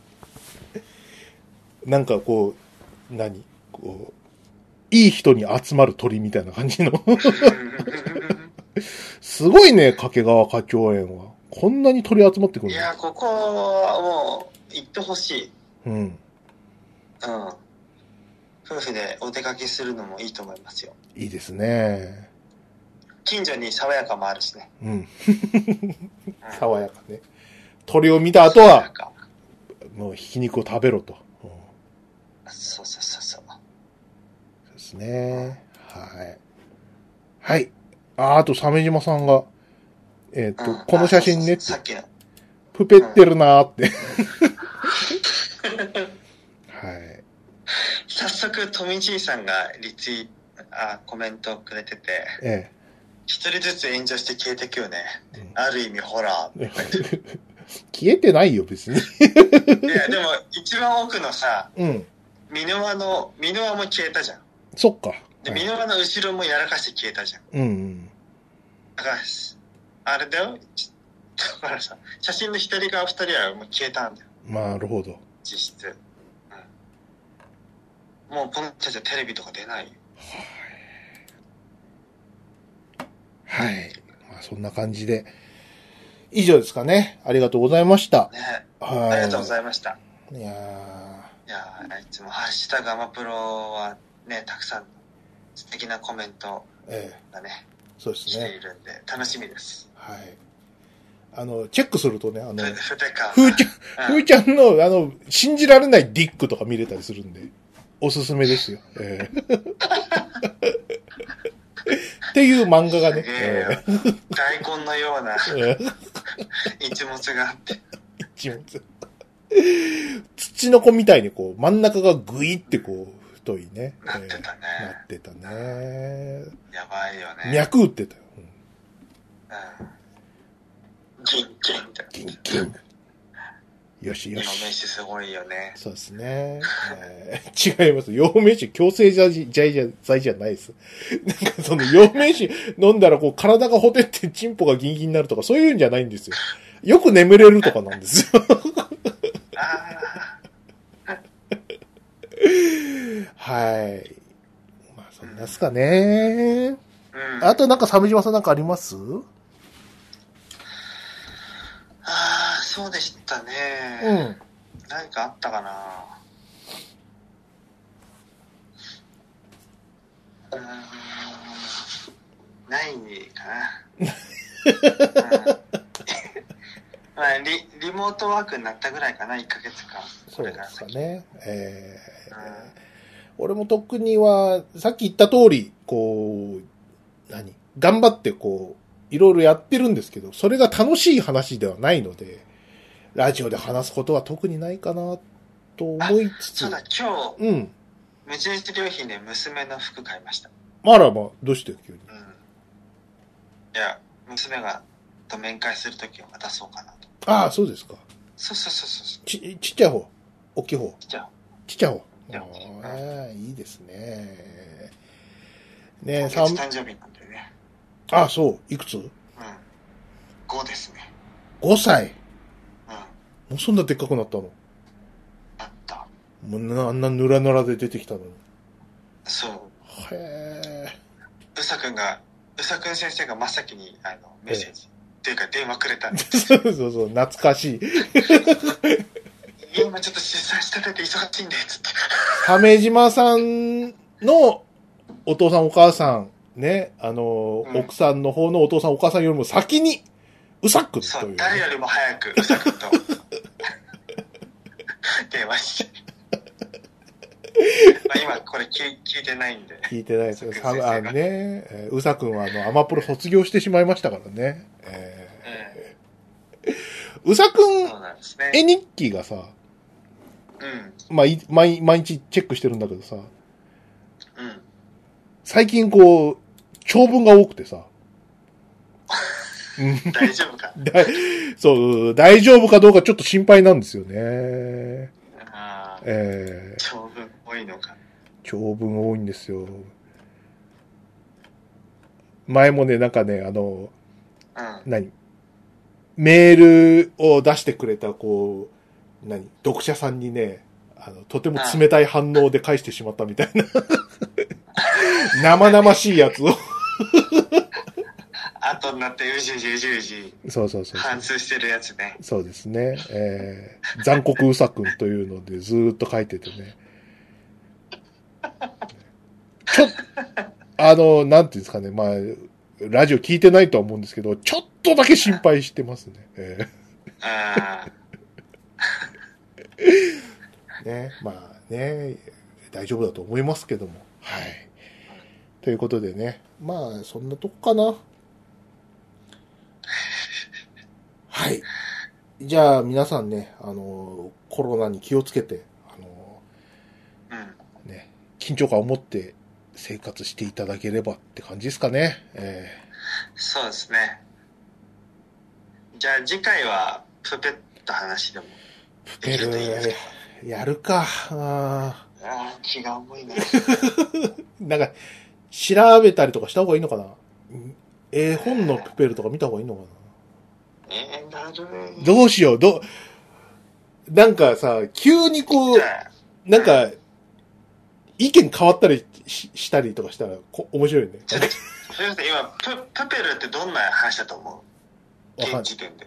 Speaker 2: なんかこう、何こう、いい人に集まる鳥みたいな感じの。 すごいね、掛川課長園は。こんなに鳥集まってく
Speaker 1: い
Speaker 2: る
Speaker 1: や、ここはもう、行ってほしい。
Speaker 2: のうん。
Speaker 1: うん。夫婦でお出かけするのもいいと思いますよ。
Speaker 2: いいですね。
Speaker 1: 近所に爽やかもあるしね。
Speaker 2: うん。
Speaker 1: うん
Speaker 2: 爽やかね。鳥を見た後は
Speaker 1: 爽や、か
Speaker 2: もうひき肉を食べろと。うん
Speaker 1: そうそうそうそう。
Speaker 2: そうですね。はい。はい。あ、あと、鮫島さんが、えっ、と、
Speaker 1: うん
Speaker 2: この写真ねっ
Speaker 1: あ
Speaker 2: て
Speaker 1: そうそうそうさっきの。
Speaker 2: プペってるなーって。はい。
Speaker 1: 早速、トミー・ジーさんがリツイート、あ、コメントをくれてて、
Speaker 2: え
Speaker 1: 一人ずつ炎上して消えてくよね。
Speaker 2: え。うん
Speaker 1: ある意味ホラー。
Speaker 2: 消えてないよ、別に。
Speaker 1: いや、 でも、一番奥のさ、
Speaker 2: うん。
Speaker 1: ミノワの、ミノワも消えたじゃん。
Speaker 2: そっか。
Speaker 1: で、
Speaker 2: はい
Speaker 1: ミノラの後ろもやらかして消えたじゃん。
Speaker 2: うん。
Speaker 1: だから、あれだよ。ちだからさ、写真の左側二人はもう消えたんだよ。
Speaker 2: まあ、なるほど。
Speaker 1: 実質。うん。もうこの人たちはテレビとか出ないよ。
Speaker 2: はい。まあ、そんな感じで。以上ですかね。ありがとうございました。
Speaker 1: ね。
Speaker 2: はい。
Speaker 1: ありがとうございました。
Speaker 2: いや
Speaker 1: いやーいつも「ハッシュタグアマプロ」はねたくさん素敵なコメント
Speaker 2: ーええ
Speaker 1: がね
Speaker 2: そうで
Speaker 1: 来
Speaker 2: す
Speaker 1: て
Speaker 2: ね。
Speaker 1: いるんで楽しみです
Speaker 2: はい。あの、チェックするとね、あの、
Speaker 1: ふてか
Speaker 2: ふー ちゃん、ふ
Speaker 1: う
Speaker 2: ー
Speaker 1: ん
Speaker 2: ちゃんの、あの、信じられないディックとか見れたりするんで、おすすめですよ。ええ っていう漫画がね
Speaker 1: す、げえよ
Speaker 2: え
Speaker 1: 大根のよう な
Speaker 2: えええ
Speaker 1: 一物があって
Speaker 2: 一応土の子みたいにこう、真ん中がグイってこう、太いね。
Speaker 1: なってた
Speaker 2: ええな
Speaker 1: ね
Speaker 2: ってたね。
Speaker 1: やばいよね
Speaker 2: 脈打ってたよ。う
Speaker 1: う
Speaker 2: ん
Speaker 1: んキンキンって
Speaker 2: キンキン。よしよ
Speaker 1: 今
Speaker 2: し。
Speaker 1: 飯すごいよね
Speaker 2: そうですね。えー違います。陽明酒強制剤じゃ剤じゃないです。なんかその陽明酒飲んだらこう体がほてってチンポがギンギンになるとかそういうんじゃないんですよ。よく眠れるとかなんですよ。
Speaker 1: あ
Speaker 2: はい。まあそんなっすかね。
Speaker 1: あうん
Speaker 2: あとなんか鮫島さんなんかありますうん。
Speaker 1: ああそうでしたね何かあったかなうーんないかな、うん まあリリモートワークになったぐらいかな1ヶ月間
Speaker 2: そうですかね。え
Speaker 1: これ
Speaker 2: ー
Speaker 1: から先
Speaker 2: 俺も特には、さっき言った通り、こう、何頑張ってこう、いろいろやってるんですけど、それが楽しい話ではないので、ラジオで話すことは特にないかな、と思いつ
Speaker 1: うんそう
Speaker 2: つ
Speaker 1: だ。今日
Speaker 2: うん。
Speaker 1: 無印良品で娘の服買いました、
Speaker 2: あらまあ、どうして急に。
Speaker 1: うん、いや娘がと面会する時を渡そうかなと
Speaker 2: ああ、そうですか。
Speaker 1: そうそうそうそうそ
Speaker 2: ち、ちっちゃい方。大きい方。
Speaker 1: うじゃあ
Speaker 2: ちっちゃい方。
Speaker 1: いや
Speaker 2: ああ、いいですね。
Speaker 1: 今
Speaker 2: ねえ、
Speaker 1: 月
Speaker 2: さん、
Speaker 1: 誕生日なんでね
Speaker 2: ああ、そう。いくつ
Speaker 1: うん5ですね
Speaker 2: ?5 歳。
Speaker 1: うん
Speaker 2: もうそんなでっかくなったの。
Speaker 1: あった
Speaker 2: もうなあんなぬらぬらで出てきたのに。
Speaker 1: そう
Speaker 2: へ
Speaker 1: うさくんが、うさくん先生が真っ先に、あの、メッセージ、っていうか電話くれ たんで、
Speaker 2: え。そうそうそう、懐かしい。
Speaker 1: 今ちょっと出産したてて忙しいんで、つ って。
Speaker 2: 亀島さんのお父さんお母さん、ね、あの、
Speaker 1: うん
Speaker 2: 奥さんの方のお父さんお母さんよりも先に、うさっくん
Speaker 1: そ、
Speaker 2: といううね、
Speaker 1: 誰よりも早く、うさくんと、 電話し て。まあ今、これ聞い聞いてないんで。
Speaker 2: 聞いてないですよ。
Speaker 1: うさ
Speaker 2: さ
Speaker 1: っくん先生が
Speaker 2: あのね、えーうさくんはあの、アマプロ卒業してしまいましたからね。え
Speaker 1: う
Speaker 2: ーうさく
Speaker 1: ん。
Speaker 2: ん
Speaker 1: そうなんですね。
Speaker 2: 絵日記がさ、
Speaker 1: うん。
Speaker 2: まあ、い毎毎日チェックしてるんだけどさ、
Speaker 1: うん。
Speaker 2: 最近こう、長文が多くてさ、うん
Speaker 1: 大丈夫か。
Speaker 2: だそう、大丈夫かどうかちょっと心配なんですよね。
Speaker 1: ああ、
Speaker 2: えー、
Speaker 1: 長文多いのか。
Speaker 2: 長文多いんですよ。前もね、なんかね、あの、
Speaker 1: うん。
Speaker 2: 何メールを出してくれた、こう、何読者さんにね、あの、とても冷たい反応で返してしまったみたいな。 生々しいやつを。
Speaker 1: 後になって、うじうじうじうじ、
Speaker 2: そうそうそうそう。
Speaker 1: 反芻してるやつね。
Speaker 2: そうですね。えー残酷うさくんというのでずーっと書いててね。ちょっ、あの、なんていうんですかね、まあ、ラジオ聞いてないとは思うんですけど、ちょっとだけ心配してますね。え
Speaker 1: ああ、
Speaker 2: ーね、まあね、大丈夫だと思いますけども。はい。ということでね、まあ、そんなとこかな。はい。じゃあ、皆さんね、あの、コロナに気をつけて、あの、
Speaker 1: うん。
Speaker 2: ね、緊張感を持って生活していただければって感じですかね。え
Speaker 1: そうですね。じゃあ次回はプペット話でも
Speaker 2: ー、
Speaker 1: できるといいですか。
Speaker 2: やるか。あ
Speaker 1: ああ、気が重いな。
Speaker 2: ーなんか、調べたりとかした方がいいのかな絵本のプペルとか見た方がいいのか
Speaker 1: えー、なる
Speaker 2: などうしよう、ど、なんかさ、急にこう、なんか、意見変わったりししたりとかしたらこ面白いね。
Speaker 1: ちょっと、すみません、今、プ、プペルってどんな話だと思う
Speaker 2: わか
Speaker 1: 現
Speaker 2: んない
Speaker 1: 時点で。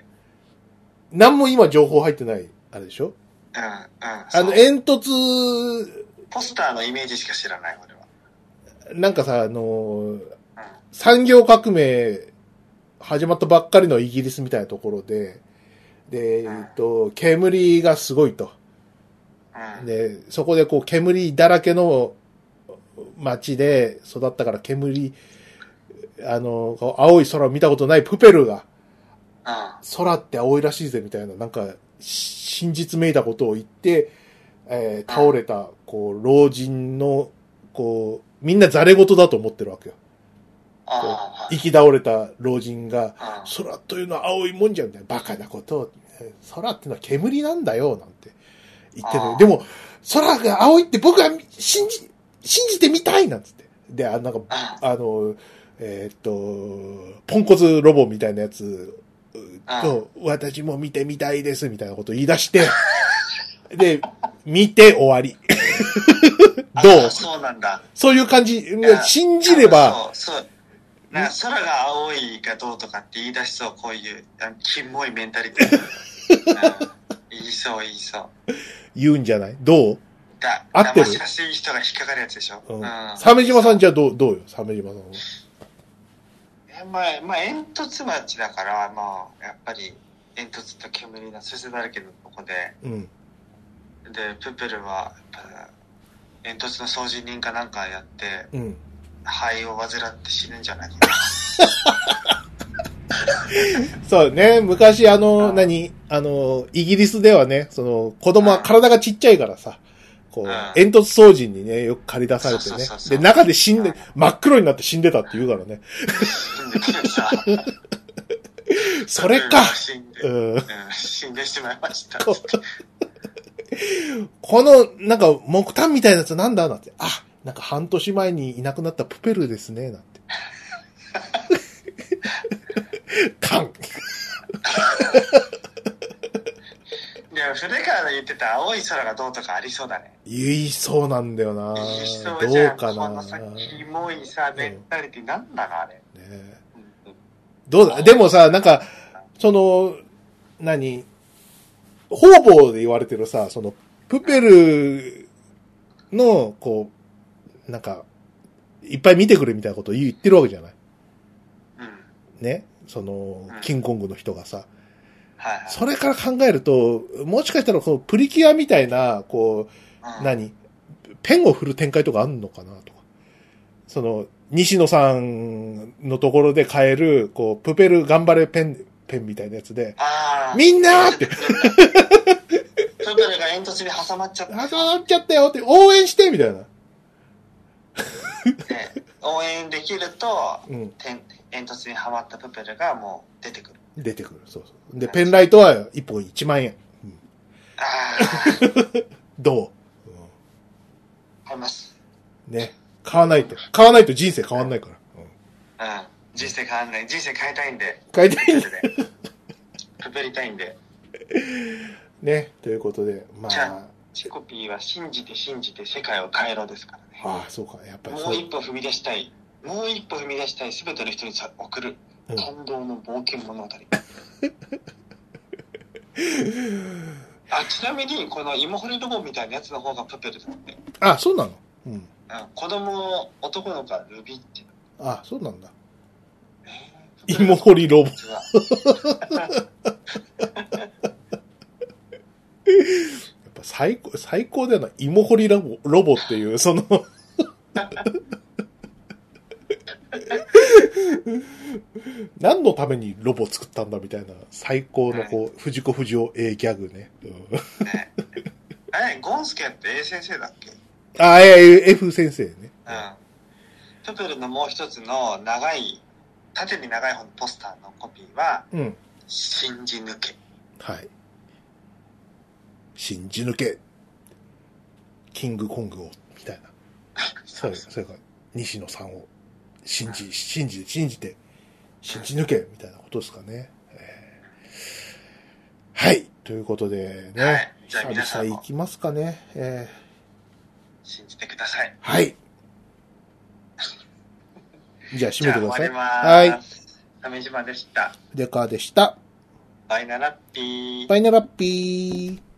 Speaker 1: うん、
Speaker 2: 何も今情報入ってない、あれでしょ
Speaker 1: うん。
Speaker 2: あ
Speaker 1: あ
Speaker 2: の、煙突、
Speaker 1: ポスターのイメージしか知らない、俺は。
Speaker 2: なんかさ、あのー産業革命始まったばっかりのイギリスみたいなところで、で、え
Speaker 1: うん
Speaker 2: っと、煙がすごいと。
Speaker 1: うん。
Speaker 2: で、そこでこう煙だらけの街で育ったから煙、あの、こう青い空を見たことないプペルが、
Speaker 1: う
Speaker 2: 空って青いらしいぜみたいな、なんか、し真実めいたことを言って、えー倒れた、こう、老人の、こう、みんなザレ事だと思ってるわけよ。
Speaker 1: ん。あ
Speaker 2: 生き倒れた老人が、
Speaker 1: あ、はい。
Speaker 2: 空というのは青いもんじゃんみたいな、バカなことを、えー空っていうのは煙なんだよ、なんて言ってるの
Speaker 1: あ
Speaker 2: に。
Speaker 1: ー
Speaker 2: でも、空が青いって僕は信じ、信じてみたいなんつって。で、あな
Speaker 1: う
Speaker 2: んか、
Speaker 1: ん。うん。
Speaker 2: あの、えーっと、ポンコツロボみたいなやつと、私も見てみたいです、みたいなこと言い出して、 で、見て終わり。
Speaker 1: あ
Speaker 2: どう
Speaker 1: そうなんだ。
Speaker 2: そういう感じ
Speaker 1: や。
Speaker 2: 信じれば、
Speaker 1: そう、そう。なんか空が青いかどうとかって言い出しそう、こういう、あのキモいメンタリテ ィ。うん言いそう、言いそう。
Speaker 2: 言うんじゃないどう
Speaker 1: だ、
Speaker 2: 合ってる
Speaker 1: 騙しやすい人が引っかかるやつでしょ。
Speaker 2: うん。鮫島さんじゃあどう、どうよ鮫島さんは。
Speaker 1: えまあ、まあ、煙突町だから、まあ、やっぱり、煙突と煙のすすだらけのとこで、
Speaker 2: うん。
Speaker 1: で、プペルは、やっぱ、煙突の掃除人かなんかやって、
Speaker 2: うん。
Speaker 1: 肺を患って死ぬんじゃないかな。
Speaker 2: そうね、昔あの、
Speaker 1: うん
Speaker 2: 何あの、イギリスではね、その、子供は
Speaker 1: うん
Speaker 2: 体がちっちゃいからさ、こう
Speaker 1: うん、
Speaker 2: 煙突掃除にね、よく借り出されて
Speaker 1: そう
Speaker 2: ね
Speaker 1: そうそう。そう
Speaker 2: で、中で死ん
Speaker 1: う
Speaker 2: で
Speaker 1: ん、
Speaker 2: 真っ黒になって死んでたって言うからね。
Speaker 1: 死んでくるさ。
Speaker 2: それか
Speaker 1: 死んで、
Speaker 2: う
Speaker 1: うん
Speaker 2: ん。
Speaker 1: 死んでしまいました。
Speaker 2: ここの、なんか、木炭みたいなやつなんだなんて。あ、なんか半年前にいなくなったプペルですね、なん て。缶。
Speaker 1: でも、古川の言ってた青い空がどうとかありそうだね。
Speaker 2: 言いそうなんだよな
Speaker 1: 言いそ
Speaker 2: ど
Speaker 1: うじゃ。
Speaker 2: うんかな
Speaker 1: このさ、キモいさ、メンタリティなんなのあれ。
Speaker 2: ね
Speaker 1: うん
Speaker 2: どうだでもさ、なんか、その、何方々で言われてるさ、その、プペルの、こう、なんか、いっぱい見てくれみたいなことを言ってるわけじゃない
Speaker 1: うん。
Speaker 2: ねその
Speaker 1: うん、
Speaker 2: キングコングの人がさ。
Speaker 1: はいはい。
Speaker 2: それから考えると、もしかしたら、こう、プリキュアみたいな、こ
Speaker 1: う
Speaker 2: う、
Speaker 1: ん
Speaker 2: 何ペンを振る展開とかあんのかなとか。その、西野さんのところで買える、こう、プペル頑張れペン、ペンみたいなやつで、
Speaker 1: ああ。
Speaker 2: みんなーって、
Speaker 1: プペルが煙突に挟まっちゃっ
Speaker 2: 挟まっちゃったよって、応援してみたいな。
Speaker 1: て、応援できると、
Speaker 2: うん。
Speaker 1: てん煙突にはまったプペルがもう出てくる。
Speaker 2: 出てくる。そうそう。で、ペンライトは1本1万円。
Speaker 1: ああ、
Speaker 2: どう、
Speaker 1: あります。
Speaker 2: うんね。買わないと。買わないと人生変わんないから。うん。
Speaker 1: うん。人生変わんない。人生変えたいんで、
Speaker 2: 買いたい
Speaker 1: プ
Speaker 2: ね
Speaker 1: ペ。ルで。プペりたいんで。
Speaker 2: ね。ということで、ま
Speaker 1: じ
Speaker 2: あ
Speaker 1: ゃ、チコピーは信じて信じて世界を変えろですからね。
Speaker 2: ああ、そうか。やっぱり
Speaker 1: も
Speaker 2: そうう。
Speaker 1: 一歩踏み出したい。もう一歩踏み出したい。すべての人にさ送る。
Speaker 2: うん
Speaker 1: 感動の冒険 物語。あちなみに、この芋掘りロボみたいなやつの方がプペルだって。
Speaker 2: あ、そうなのうん。
Speaker 1: うん、子供、男の子はルビッチ。
Speaker 2: あ、そうなんだ。
Speaker 1: プペル
Speaker 2: 芋掘りロボ。
Speaker 1: は
Speaker 2: やっぱ最高、最高だよな。芋掘りロボ、ロボっていう、その。何のためにロボ作ったんだみたいな、最高のこう、藤子不二雄 A ギャグね。うん、
Speaker 1: ね。え、ゴンスケって A 先生だっけ
Speaker 2: あ、いや、F 先生ね。
Speaker 1: うん。プペルのもう一つの長い、縦に長い方のポスターのコピーは、
Speaker 2: うん。
Speaker 1: 信じ抜け。
Speaker 2: はい。信じ抜け。キングコングを、みたいな。そういう、そういう感西野さんを信じ、信じ、信じて、信じ抜け、みたいなことですかね。えーはい。ということでね、
Speaker 1: はいじゃあ皆
Speaker 2: 久
Speaker 1: さん
Speaker 2: 々
Speaker 1: も
Speaker 2: 行きますかね。えー
Speaker 1: 信じてください。
Speaker 2: はい。じゃあ、閉
Speaker 1: じゃ
Speaker 2: め
Speaker 1: あ
Speaker 2: て
Speaker 1: 終
Speaker 2: くだ
Speaker 1: わ
Speaker 2: さ
Speaker 1: り
Speaker 2: い。は
Speaker 1: ます。鮫島でした。
Speaker 2: い。デカーでした。
Speaker 1: バイナラッピー。
Speaker 2: バイナラッピー。